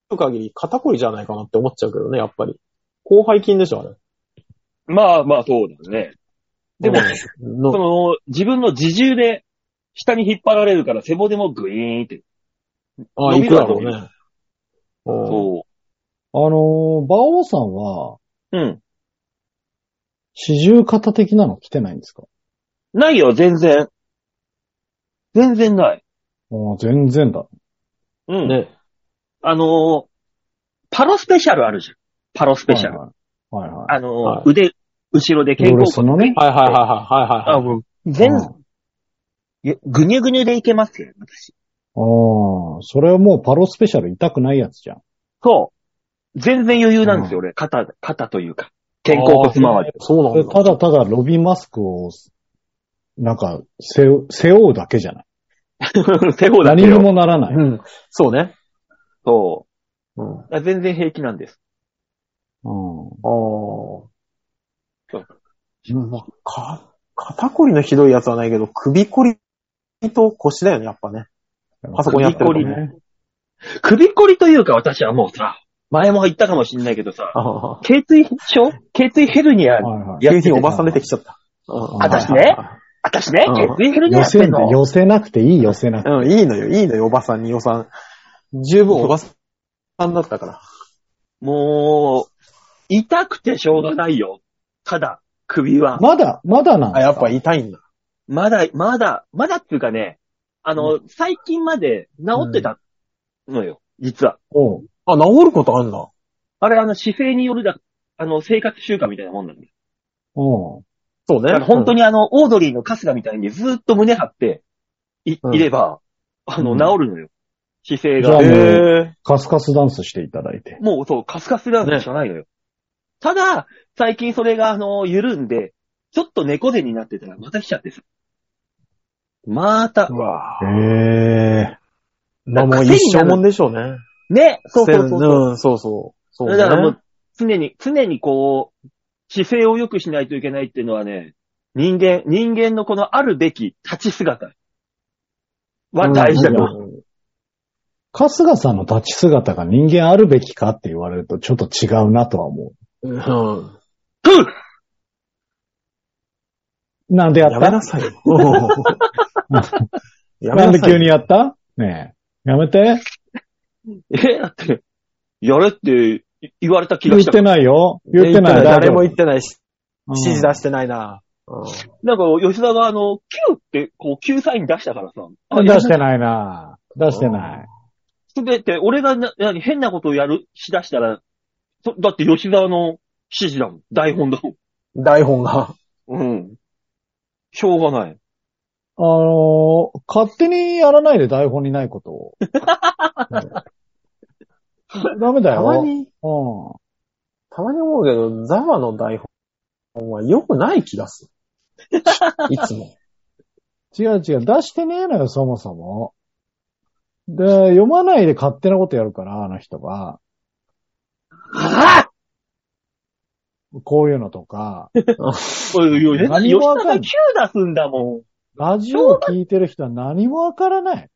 Speaker 2: 限り肩こりじゃないかなって思っちゃうけどね、やっぱり。広背筋でしょ、あれ。
Speaker 1: まあまあ、そうだね。でも、
Speaker 2: うん、
Speaker 1: そ
Speaker 2: の
Speaker 1: の、自分の自重で下に引っ張られるから背骨もグイーンって。
Speaker 2: ああ、
Speaker 1: 伸
Speaker 2: 行
Speaker 1: び
Speaker 2: く
Speaker 1: る
Speaker 2: だ
Speaker 1: わ
Speaker 2: ろうね。うん
Speaker 1: そ
Speaker 3: あのー、馬王さんは、
Speaker 1: う。うん。
Speaker 3: 四十肩的なの着てないんですか
Speaker 1: ないよ、全然。全然ない。
Speaker 3: あー全然だ。
Speaker 1: うん。
Speaker 2: ね。
Speaker 1: あのーパロスペシャルあるじゃん。パロスペシャル。
Speaker 3: はいはい。はいはい。
Speaker 1: あのー
Speaker 2: はい
Speaker 1: 腕、後ろで肩
Speaker 3: プロレ
Speaker 1: 甲
Speaker 3: ス
Speaker 1: 骨。
Speaker 3: のね。
Speaker 2: はいはいはいはいはい
Speaker 1: あ、
Speaker 2: はい。
Speaker 1: もう、全
Speaker 3: うん、
Speaker 1: いやぐにゅぐにゅでいけますよ、私。
Speaker 3: ああ、それはもうパロスペシャル痛くないやつじゃん。
Speaker 1: そう。全然余裕なんですよ、俺。肩、肩というか。肩甲骨周り。
Speaker 2: あーそうなん
Speaker 3: それ
Speaker 2: だ。
Speaker 3: ただただロビンマスクを、なんか、背負、背負うだけじゃない。
Speaker 1: *laughs* 手法だけ
Speaker 3: 何に
Speaker 1: よ。
Speaker 3: もならない。
Speaker 2: うん。そうね。
Speaker 1: そ
Speaker 2: うん。
Speaker 1: う。全然平気なんです。
Speaker 3: うん。
Speaker 2: ああ。
Speaker 3: うん
Speaker 2: か、肩こりのひどいやつはないけど、首こりと腰だよね、やっぱね。パソコンやってると
Speaker 1: 首こりね。首こりというか、私はもうさ、前も言ったかもしんないけどさ、
Speaker 2: ああ。
Speaker 1: 頸椎症頸椎ヘルニア。
Speaker 3: はいはい。
Speaker 1: や
Speaker 2: *laughs* 急
Speaker 1: ってて
Speaker 2: におばさん出てきちゃった。うん
Speaker 1: 私ね。私ね、
Speaker 2: うん
Speaker 1: 頸椎ヘルニア
Speaker 3: 寄
Speaker 1: やっ
Speaker 3: せ
Speaker 1: て
Speaker 3: ん
Speaker 1: ん
Speaker 3: で
Speaker 1: の。
Speaker 3: 寄せなくていい、寄せなくて。
Speaker 2: うん、いいのよ、いいのよ、おばさんに予算。十分おばさんだったから。
Speaker 1: もう、痛くてしょうがないよ。ただ、首は。
Speaker 3: まだ、まだなん
Speaker 2: あ、
Speaker 3: ですか
Speaker 2: やっぱ痛いんだ。
Speaker 1: まだ、まだ、まだっていうかね、あの、最近まで治ってたのよ、実は。
Speaker 3: おう
Speaker 2: あ、治ることあんだ。
Speaker 1: あれ、あの、姿勢によるだ、あの、生活習慣みたいなもんなんで。
Speaker 3: おう
Speaker 2: そう
Speaker 1: だ
Speaker 2: ね
Speaker 1: から。本当
Speaker 2: に。
Speaker 1: にあの、オードリーの春日みたいにずっと胸張ってい、
Speaker 2: うん
Speaker 1: いれば、あの、
Speaker 3: うん
Speaker 1: 治るのよ。姿勢
Speaker 3: じゃ
Speaker 1: が
Speaker 3: あ。
Speaker 2: へえ。
Speaker 3: カスカスダンスしていただいて。
Speaker 1: もうそう、カスカスなんてしかないのよ。ただ、最近それが、あの、緩んで、ちょっと猫背になってたらまた来ちゃってさ。また
Speaker 2: う、わ
Speaker 3: へ
Speaker 2: ぁ。
Speaker 3: え。
Speaker 2: まあもう一生もんでしょうね。
Speaker 1: ね、そうそうそうそう。
Speaker 2: うん、そうそう。そうね
Speaker 1: だからもう、常に、常にこう、姿勢を良くしないといけないっていうのはね、人間、人間のこのあるべき立ち姿は大事だと。
Speaker 2: うん
Speaker 3: 春日さんの立ち姿が人間あるべきかって言われるとちょっと違うなとは思
Speaker 2: うん。
Speaker 1: ふっ
Speaker 3: う。なんでや
Speaker 2: や
Speaker 3: っ
Speaker 2: め
Speaker 3: た
Speaker 2: なさ *laughs* いよ。やめ
Speaker 3: ん
Speaker 2: な
Speaker 3: で
Speaker 2: さい
Speaker 3: 急
Speaker 2: よ。
Speaker 3: にやったねえ。やめて。
Speaker 1: え、だって、やれって言われた気が
Speaker 3: 言っ
Speaker 1: したか
Speaker 3: て
Speaker 1: ら。
Speaker 3: ないよ。言ってない。。
Speaker 2: 誰も言っててないし、
Speaker 3: うん
Speaker 2: 指示出してないな。
Speaker 1: なんか、吉田があの、9って、こう、救サイン出したからさ。あ
Speaker 3: 出してないな出してない。
Speaker 1: すべて、俺がな、なに変なことをやる、しだしたら、そだって吉沢の指示だもん。台本だもん。
Speaker 2: うん台本が。
Speaker 1: うん。しょうがない。
Speaker 3: あのー、勝手にやらないで台本にないこ
Speaker 2: *laughs*
Speaker 3: とを。うんダメだ
Speaker 2: た
Speaker 3: よ。
Speaker 2: まに、
Speaker 3: うん。
Speaker 2: たまに思うけど、ザワの台本は良くない気がす *laughs* る。いつも。
Speaker 3: 違う違う。出してねえのよ、そもそも。で、読まないで勝手なことやるから、あの人が。
Speaker 1: は
Speaker 3: こういうのとか。
Speaker 1: ぁおいおいおい、吉
Speaker 3: 何もわ
Speaker 1: 田
Speaker 3: かんな
Speaker 1: が
Speaker 3: い
Speaker 1: 9出すんだもん。
Speaker 3: ラジオを聞いてる人は何もわからない。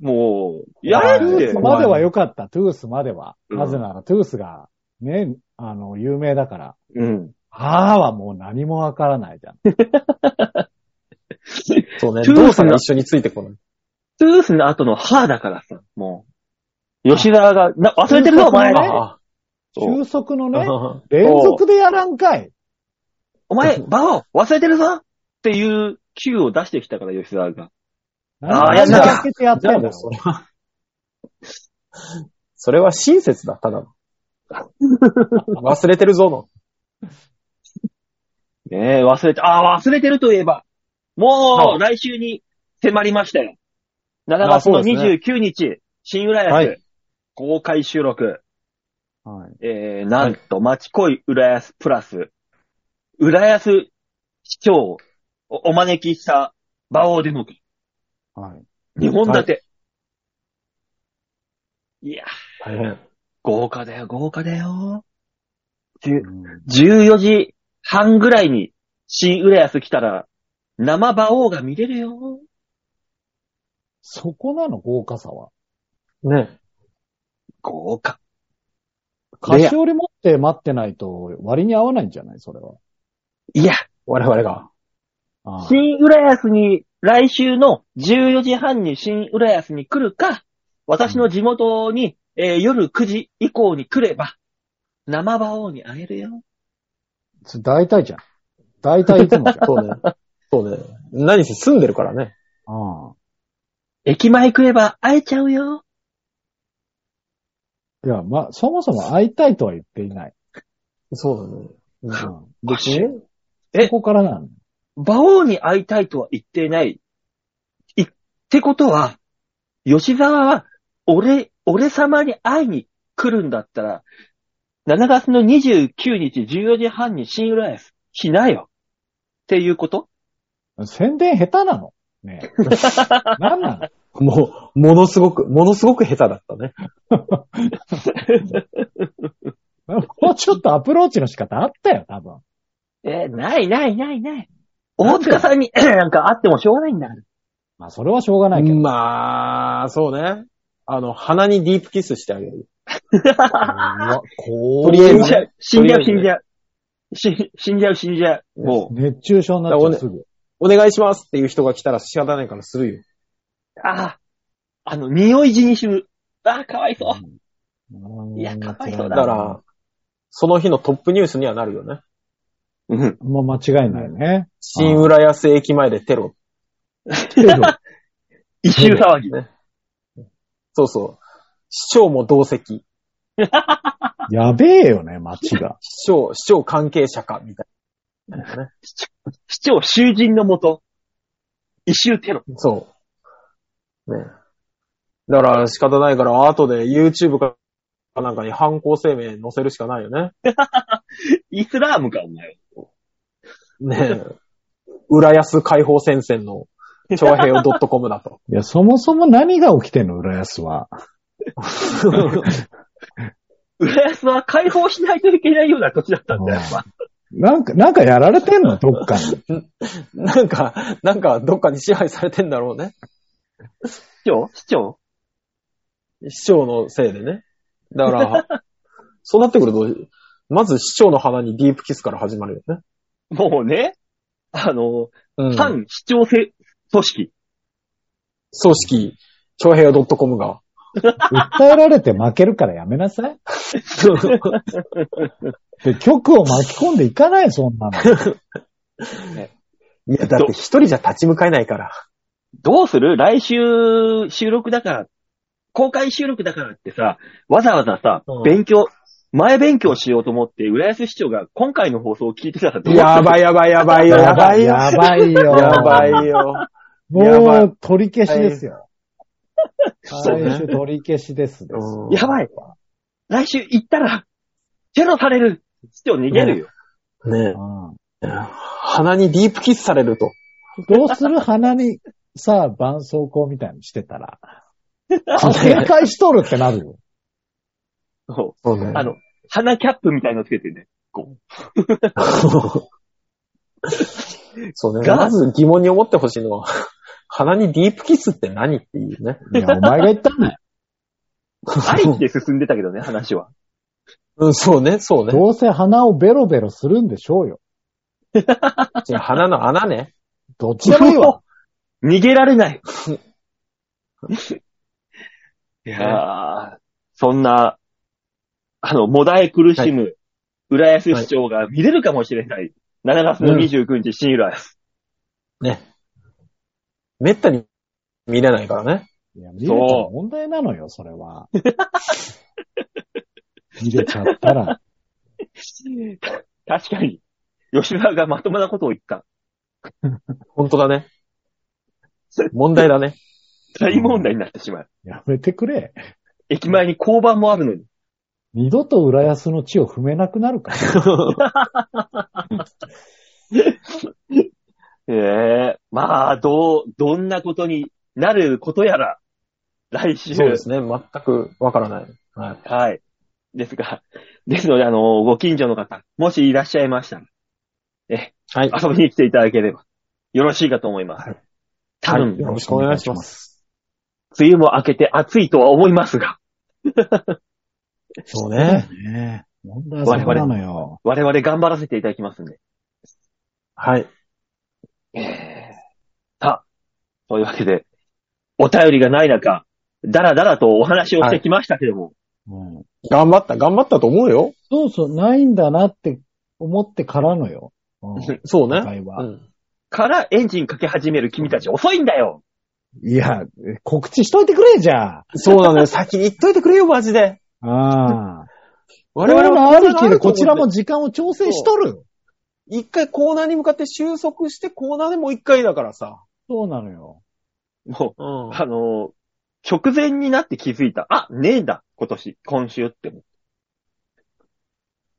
Speaker 1: もう、やれ
Speaker 3: ト
Speaker 2: は
Speaker 1: っ
Speaker 3: ゥー
Speaker 1: て
Speaker 3: ス。までは良かった、トゥースまでは。
Speaker 1: うん
Speaker 3: なぜなら、トゥースが、ね、あの、有名だから。
Speaker 1: うん。
Speaker 3: あーはもう何もわからないじゃん。
Speaker 2: そうね。
Speaker 1: トゥースが
Speaker 2: 動作が一緒についてこない。
Speaker 1: トゥースの後のはぁだからさ、もう。吉沢が、な、忘れてるぞ、お前
Speaker 3: あ。
Speaker 2: あ
Speaker 1: そう
Speaker 3: 収
Speaker 2: *laughs*
Speaker 3: 束のね、
Speaker 2: あ。
Speaker 3: 連続でやらんかい。
Speaker 1: お前、バオ、忘れてるぞっていう9を出してきたから、吉沢が。あー
Speaker 3: な
Speaker 1: や
Speaker 3: んで
Speaker 1: んなきゃ
Speaker 3: 開けてやっ
Speaker 2: じゃ
Speaker 3: た
Speaker 2: あ
Speaker 3: んだ
Speaker 2: も
Speaker 3: よ
Speaker 2: う。それは。それは *laughs* 親切だ、ただの。 *laughs* 忘れてるぞの。
Speaker 1: ねえ、忘れて、ああ、忘れてるといえば、
Speaker 2: は
Speaker 1: も、
Speaker 2: いう
Speaker 1: 来週に迫りましたよ。7月の
Speaker 2: あそうです
Speaker 1: 29日、新浦安、
Speaker 2: はい
Speaker 1: 公開収録、
Speaker 3: はい。
Speaker 1: えー、なんと、町恋浦安プラス、浦安市長をお招きした馬王デモク、
Speaker 3: はい。
Speaker 1: 日本立て。い、や、
Speaker 2: 大変。
Speaker 1: 豪華だよ、豪華だよ。
Speaker 3: うん
Speaker 1: 14時半ぐらいに新浦安来たら、生馬王が見れるよ。
Speaker 3: そこなの、豪華さは。
Speaker 2: ね。
Speaker 1: 豪華。
Speaker 3: 菓子折り持って待ってないと割に合わないんじゃないそれは。
Speaker 1: いや、
Speaker 2: 我々が。
Speaker 3: ああ
Speaker 1: 新浦安に来週の14時半に新浦安に来るか、私の地元に、えー夜9時以降に来れば、生馬王に会えるよ。
Speaker 3: それ大体じゃん。大体いつもじゃん。
Speaker 2: そうね。 *laughs* そうね。何せ住んでるからね。
Speaker 3: あ
Speaker 1: 駅前来れば会えちゃうよ。
Speaker 3: あいや、まあ、そもそも会いたいとは言っていない。
Speaker 2: そう
Speaker 3: うん
Speaker 2: だね。
Speaker 3: そ
Speaker 2: 別にね
Speaker 1: え
Speaker 3: こからなの。
Speaker 1: 馬王に会いたいとは言っていない。い、ってことは、吉沢は、俺、俺様に会いに来るんだったら、7月の29日14時半に新浦安、来なよ。っていうこと
Speaker 3: 宣伝下手なの。ねえ。何なの
Speaker 2: もう、ものすごく、ものすごく下手だったね。
Speaker 3: もうちょっとアプローチの仕方あったよ、多分。
Speaker 1: えーないないないない。大塚さんに、なんか会ってもしょうがないんだ。
Speaker 3: まあ、それはしょうがないけど。
Speaker 2: まあ、そうね。あの、鼻にディープキスしてあげ *laughs* る。
Speaker 3: こと
Speaker 2: りあえ
Speaker 1: 死
Speaker 2: ず
Speaker 1: ん
Speaker 2: ね
Speaker 1: じゃう、死んじゃう、
Speaker 2: と
Speaker 1: 死
Speaker 2: りあ
Speaker 1: んじゃ
Speaker 2: えずね
Speaker 1: う。し死んじゃう、死んじゃう。も
Speaker 3: 熱中症になっちゃうすぐ。
Speaker 2: お願いしますっていう人が来たら仕方ないからするよ。
Speaker 1: う、ああ、あの、匂い死にする。ああ、かわいそう。
Speaker 3: うん
Speaker 1: いやかわいそう
Speaker 2: だから、その日のトップニュースにはなるよね。
Speaker 1: うん。
Speaker 3: もう間違いないね。
Speaker 2: 新浦安駅前でテロ。
Speaker 3: けど
Speaker 1: 一周騒ぎ。
Speaker 2: そうそう。市長も同席。
Speaker 3: やべえ
Speaker 2: *laughs*
Speaker 3: よね、街が。
Speaker 2: 市長、市長関係者か、みたい
Speaker 1: 市長囚人のもと、一周テロ。
Speaker 2: な。そう。ね。だから仕方ないから、後で YouTube かなんかに犯行声明載せるしかないよね。
Speaker 1: イスラームか、お前は。
Speaker 2: ねえ。 *laughs* 浦安解放戦線の、長平を .com だ *laughs* と。
Speaker 3: いや、そもそも何が起きてんの、浦安は。
Speaker 2: *laughs*
Speaker 1: 浦安は解放しないといけないような土地だったんだよ。
Speaker 3: なんか、なんかやられてんの、どっかに。
Speaker 2: なんか、なんか、どっかに支配されてんだろうね。
Speaker 1: 市長市長
Speaker 2: 市長のせいでね。だ *laughs* から、そうなってくると、まず市長の鼻にディープキスから始まるよね。
Speaker 1: もうね、あの、
Speaker 2: うん。組
Speaker 1: 反市長せ組織。
Speaker 2: 織、長平を .com が。
Speaker 3: 訴えられて負けるからやめなさい。で、局を巻き込んでいかない、そんなの。
Speaker 2: いや、だって一人じゃ立ち向かえないから。
Speaker 1: *laughs* どうする来週収録だから、公開収録だからってさ、わざわざさ、
Speaker 2: うん
Speaker 1: 勉強、前勉強しようと思って、浦安市長が今回の放送を聞いてたらどうする
Speaker 2: やばいやばいやばいよ。 *laughs* やばいよ。
Speaker 3: やばいよ。
Speaker 2: やばいよ。やば
Speaker 3: も、
Speaker 2: いう
Speaker 3: 取り消しですよ。
Speaker 2: そうね
Speaker 3: 最初取り消しですです。
Speaker 2: うん
Speaker 1: やばい来週行ったら、テロされる市長逃げるよ。
Speaker 2: ね
Speaker 3: うん
Speaker 2: え。鼻にディープキスされると。
Speaker 3: どうする鼻に、さあ、絆創膏みたいにして
Speaker 2: *laughs*
Speaker 3: たら。警戒しとるってなるよ。
Speaker 1: そう
Speaker 2: そうね
Speaker 1: あの、鼻キャップみたいのつけてね。
Speaker 2: *laughs* そうね。
Speaker 1: が
Speaker 2: まず疑問に思ってほしいのは、鼻にディープキスって何っていうね。
Speaker 3: いや、お前が言ったん
Speaker 2: *laughs*
Speaker 3: だよ。
Speaker 1: ありって進んでたけどね、話は。
Speaker 2: うん、そうね、そうね。
Speaker 3: どうせ鼻をベロベロするんでしょうよ。
Speaker 2: じゃあ鼻の穴ね。
Speaker 3: どっちでもい
Speaker 2: *laughs*
Speaker 3: いわ。
Speaker 1: 逃げられない。いやー、そんな、あの、もだえ苦しむ、浦安市長が見れるかもしれない。7月の29日、新浦安。
Speaker 2: めったに見れないからね。
Speaker 3: いや、見れたら問題なのよ、そ
Speaker 2: *laughs*
Speaker 3: れは。見れちゃったら。
Speaker 1: 確かに、吉沢がまともなことを言った。
Speaker 2: 本当だね。問題だ *laughs* ね。
Speaker 1: 大問題になってしまう。
Speaker 3: やめてくれ。
Speaker 1: 駅前に交番もあるのに。
Speaker 3: 二度と浦安の地を踏めなくなるから。
Speaker 1: え *laughs* えまあ、どう、どんなことになることやら、来週。
Speaker 2: そうですね。全くわからない。はい。
Speaker 1: はい。ですが、ですので、あの、ご近所の方、もしいらっしゃいましたら、
Speaker 2: は
Speaker 1: 遊
Speaker 2: い。
Speaker 1: びに来ていただければ、よろしいかと思います。
Speaker 2: はい
Speaker 1: 多分、
Speaker 2: よろしくお願いします。
Speaker 1: 梅雨も明けて暑いとは思いますが、
Speaker 2: *laughs* そう
Speaker 3: そう
Speaker 2: ね。
Speaker 3: ね。問題はそこなのよ。
Speaker 1: 我々頑張らせていただきますんで。
Speaker 2: はい。
Speaker 1: えーさあ、というわけで、お便りがない中、だらだらとお話をしてきましたけども、
Speaker 3: うん。
Speaker 2: 頑張った、頑張ったと思うよ。
Speaker 3: そうそう、ないんだなって思ってからのよ。うん、今
Speaker 2: *laughs* *laughs* そうね。
Speaker 3: 回
Speaker 2: う
Speaker 3: は。
Speaker 2: ん。
Speaker 1: からエンジンかけ始める君たち遅いんだよ
Speaker 3: いや、告知しといてくれ、じ
Speaker 2: *laughs*
Speaker 3: ゃあ。
Speaker 2: そうなのよ。先に言っといてくれよ、マジで。
Speaker 3: ああ。
Speaker 2: 我
Speaker 3: 我々
Speaker 2: 々
Speaker 3: も
Speaker 2: はコ
Speaker 3: あ
Speaker 2: ーナー
Speaker 3: る
Speaker 2: が
Speaker 3: け
Speaker 2: と思
Speaker 3: ど、
Speaker 2: って
Speaker 3: こちらも。時間を調整しとるよ。
Speaker 2: 一回コーナーに向かって収束して、コーナーでもう一回だからさ。
Speaker 3: そうなのよ。
Speaker 1: もう、
Speaker 2: うん。
Speaker 1: あのー直前になって気づいた。あ、ねえんだ、今年、今週っても。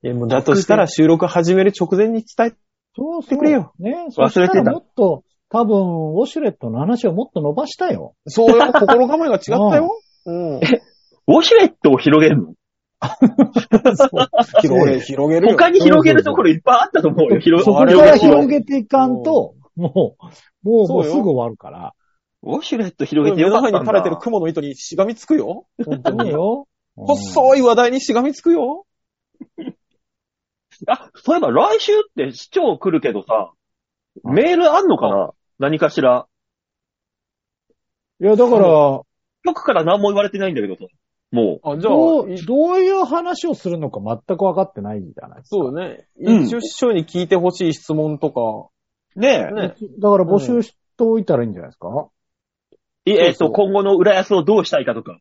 Speaker 2: いや、もうだとしたら収録始める直前に伝え、
Speaker 3: そう
Speaker 2: てくれよ。
Speaker 1: 忘
Speaker 3: ね
Speaker 1: れてた
Speaker 3: そしたらもっと、多分、ウォシュレットの話をもっと伸ばしたよ。
Speaker 2: そうよ、心構えが違ったよ。 *laughs* うん。
Speaker 1: ウォシュレットを広げるの
Speaker 2: 広げ、広げるよ。
Speaker 1: 他に広げるところいっぱいあったと思うよ。広
Speaker 3: そこか
Speaker 1: 広げ
Speaker 3: ら
Speaker 1: ろ
Speaker 3: 広げていかんと、もう、もう、も
Speaker 2: そう
Speaker 3: う
Speaker 2: よ
Speaker 3: すぐ終わるから。
Speaker 1: ウォシュレット広げて
Speaker 2: 目
Speaker 1: よ
Speaker 2: の
Speaker 1: かった
Speaker 2: 前
Speaker 1: ん
Speaker 2: に
Speaker 1: だ。
Speaker 2: 垂れてる雲の糸にしがみつくよ。
Speaker 3: 本当によ。い。
Speaker 2: 細い話題にしがみつくよ。
Speaker 1: あ、そういえば来週って市長来るけどさ、
Speaker 3: うん
Speaker 1: メールあんのかな何かしら。
Speaker 3: いや、だから、
Speaker 1: 僕から何も言われてないんだけどさ。も
Speaker 2: あ、じゃあ、
Speaker 3: どう、どういう話をするのか全く分かってないんじゃないですか。
Speaker 2: そうね。
Speaker 1: うん
Speaker 2: 一応師匠に聞いてほしい質問とか。
Speaker 1: う。ねえ。
Speaker 2: ね。
Speaker 3: だから募集しておいたらいいんじゃないですか、
Speaker 1: いえっ
Speaker 2: そう
Speaker 1: と、
Speaker 2: そう
Speaker 1: 今後の浦安をどうしたいかとか。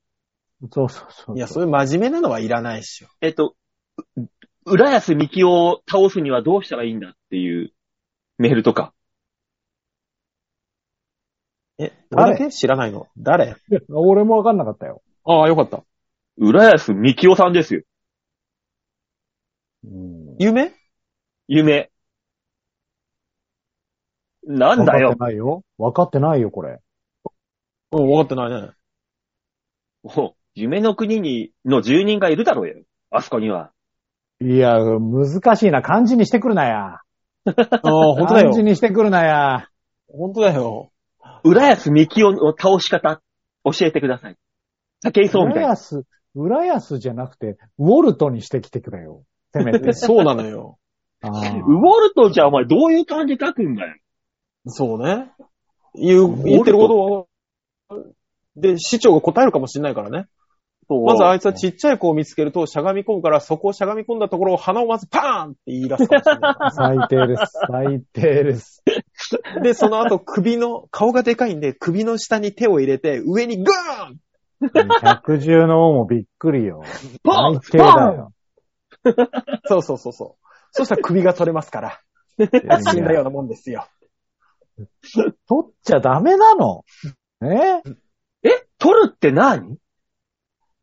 Speaker 3: そうそうそう。
Speaker 2: いや、そういう真面目なのはいらないっしょ。
Speaker 1: えっと、う浦安美希を倒すにはどうしたらいいんだっていうメールとか。
Speaker 2: え、
Speaker 3: 誰
Speaker 2: 俺だけ知らないの。誰
Speaker 3: 俺も分かんなかったよ。
Speaker 2: ああ、よかった。
Speaker 1: 浦安美希さんですよ。
Speaker 3: うん。
Speaker 2: 夢
Speaker 1: 夢。なんだよ
Speaker 3: 分。かってないよ。分かってないよ、これ。
Speaker 2: うん、わかってないね。
Speaker 1: もう夢の国に、の住人がいるだろうよ。あそこには。
Speaker 3: いや、難しいな。漢字にしてくるなや。
Speaker 2: ああ、本当だ
Speaker 3: 漢字
Speaker 2: よ。
Speaker 3: にしてくるなや。
Speaker 2: 本当だよ。。
Speaker 1: 浦安美希をの倒し方、教えてください。武井壮みたい
Speaker 3: 浦
Speaker 1: な。
Speaker 3: 安、浦安じゃなくて、ウォルトにしてきてくれよ。せめ
Speaker 2: *laughs*
Speaker 3: て
Speaker 2: そうなのよ。
Speaker 3: あ
Speaker 1: ウォ
Speaker 3: ー
Speaker 1: ルトじゃお前どういう感じ書くんだよ。
Speaker 2: そうね。言う、言ってることは、で、市長が答えるかもしれないからね。まずあいつはちっちゃい子を見つけるとしゃがみ込むから、そこをしゃがみ込んだところを鼻をまずパーンって言い出すかもしれない。
Speaker 3: 最低です。最低です。
Speaker 2: で、その後首の、顔がでかいんで、首の下に手を入れて、上にグーン
Speaker 3: 百獣の王もびっくりよ。
Speaker 1: パン
Speaker 3: 最低だよ。
Speaker 2: そうそうそうそう。そしたら首が取れますから。死んだようなもんですよ。
Speaker 3: 取っちゃダメなの。ね
Speaker 1: え取るって何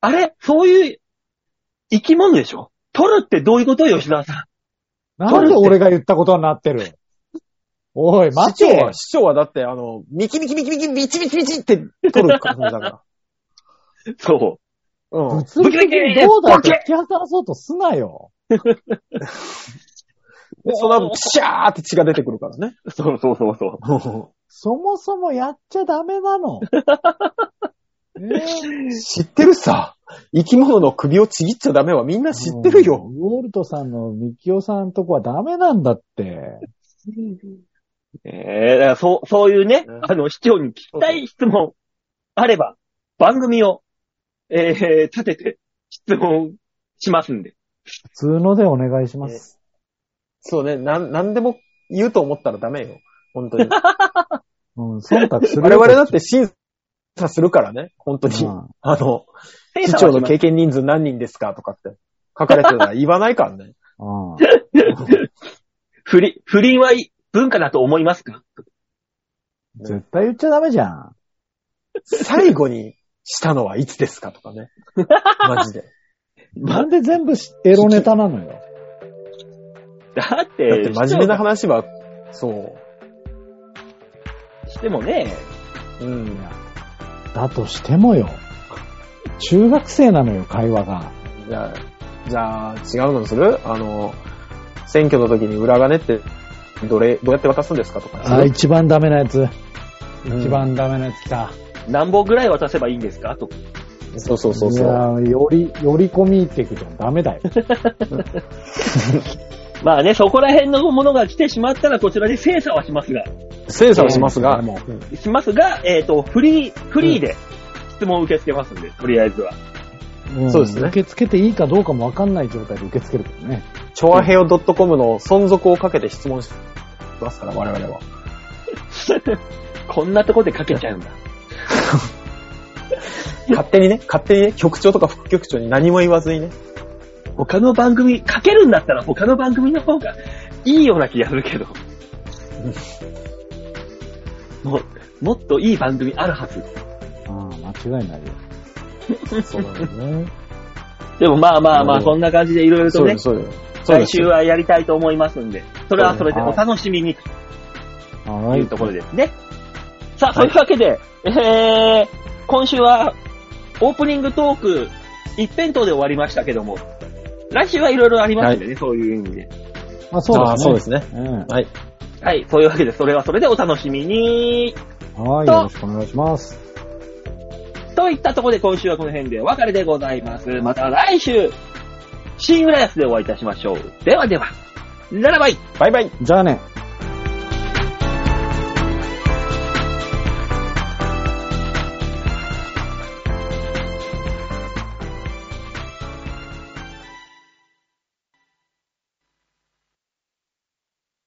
Speaker 1: あれそういう生き物でしょ取るってどういうことよ吉沢さ
Speaker 3: なんで俺が言ったことになってるおい、待
Speaker 2: 市長
Speaker 3: て
Speaker 2: は、市長はだって、あの、ミキミキミキミキ、ミチミチミチって取る感じだから。
Speaker 1: ん。そ
Speaker 2: うん。
Speaker 3: 物理的にどうだって引き離そうとすなよ。
Speaker 2: でその後、ピシャーって血が出てくるからね。
Speaker 1: う。そうそうそうそう。
Speaker 3: そもそもやっちゃダメなの。ね
Speaker 2: 知ってるさ。生き物の首をちぎっちゃダメはみんな知ってるよ。
Speaker 3: ウォルトさんのミキオさんとこはダメなんだって。
Speaker 1: えー、だからそう、そういうね
Speaker 2: うん、
Speaker 1: あの、市長に聞きたい質問あれば、番組を、えー、立てて質問しますんで。
Speaker 3: 普通のでお願いします。
Speaker 2: そうね、なん、なんでも言うと思ったらダメよ。本当
Speaker 3: *laughs*
Speaker 2: に。
Speaker 3: うん、忖度する
Speaker 2: 我々だって審査するからね。本当に。
Speaker 3: うん
Speaker 2: あの、
Speaker 1: 市
Speaker 2: 市長の経験人数何人ですかとかって書かれてたら言わないからね。
Speaker 3: うん
Speaker 1: 不倫、不倫はい文化だと思いますか
Speaker 3: 絶対言っちゃダメじゃん。
Speaker 2: 最後にしたのはいつですかとか
Speaker 3: *laughs*
Speaker 2: ね。マジで。
Speaker 3: な
Speaker 1: ま、
Speaker 3: んで全部しエロネタなのよ。
Speaker 1: だって、
Speaker 2: だって真面目な
Speaker 1: 市
Speaker 2: 話は、そ
Speaker 1: 長がしてもね、
Speaker 2: う。うん。
Speaker 3: だとしてもよ。中学生なのよ、会話が。
Speaker 2: じゃあ、じゃあ、違うのにするあの、選挙の時に裏金って、どれ、どうやって渡すんですかとか。
Speaker 3: あ、一番ダメなやつ。
Speaker 2: うん
Speaker 3: 一。番ダメなやつ来た。
Speaker 1: 何本ぐらい渡せばいいんですかと。
Speaker 2: そうそうそう
Speaker 3: い
Speaker 2: そう。
Speaker 3: やーより、より込み入っていくじゃん。ダメだよ。
Speaker 1: まあね、そこら辺のものが来てしまったら、こちらで精査はしますが、
Speaker 2: 精査をしますが、
Speaker 3: もう
Speaker 1: しますが、えっ、と、フリー、フリーで質問を受け付けますんで、とりあえずは。 *laughs*
Speaker 2: *laughs*
Speaker 3: ん
Speaker 2: そうですね
Speaker 3: 受け付けていいかどうかもわかんない状態で受け付けるけどね。
Speaker 2: チョアヘオ .com の存続をかけて質問しますから、我々 *laughs* は。
Speaker 1: こんなとこでかけちゃうんだ。
Speaker 2: 勝手にね、勝手にね、局長とか副局長に何も言わずにね。
Speaker 1: 他の番組、かけるんだったら他の番組の方がいいような気がするけど。もう、もっといい番組あるはず。
Speaker 3: ああ、間違いないよ。
Speaker 2: そうなんですね。
Speaker 1: でもまあまあま
Speaker 2: う
Speaker 1: あ、
Speaker 2: ん
Speaker 1: そんな感じでいろいろと
Speaker 2: *laughs* そう
Speaker 1: ね
Speaker 2: です、、そうです。そうで
Speaker 1: 来
Speaker 2: す
Speaker 1: 週はやりたいと思いますんで、それはそれでお楽しみにと
Speaker 3: は
Speaker 1: いうところですね。さあ、というわけで、えー、今週はオープニングトーク一辺倒で終わりましたけども、来週はいろいろありますんでね、そういう意味で。
Speaker 3: まあそう
Speaker 2: あ
Speaker 3: で
Speaker 2: あ
Speaker 3: す
Speaker 2: そう
Speaker 3: ね
Speaker 2: で。すね。
Speaker 3: うん
Speaker 2: はい。
Speaker 1: はい、そういうわけで、それはそれでお楽しみに。
Speaker 3: はい、
Speaker 1: と
Speaker 3: よろしくお願いします。
Speaker 1: といったところで今週はこの辺でお別れでございます。また来週、新浦安でお会いいたしましょう。ではでは、ならばい
Speaker 2: バイバイ
Speaker 3: じゃあね。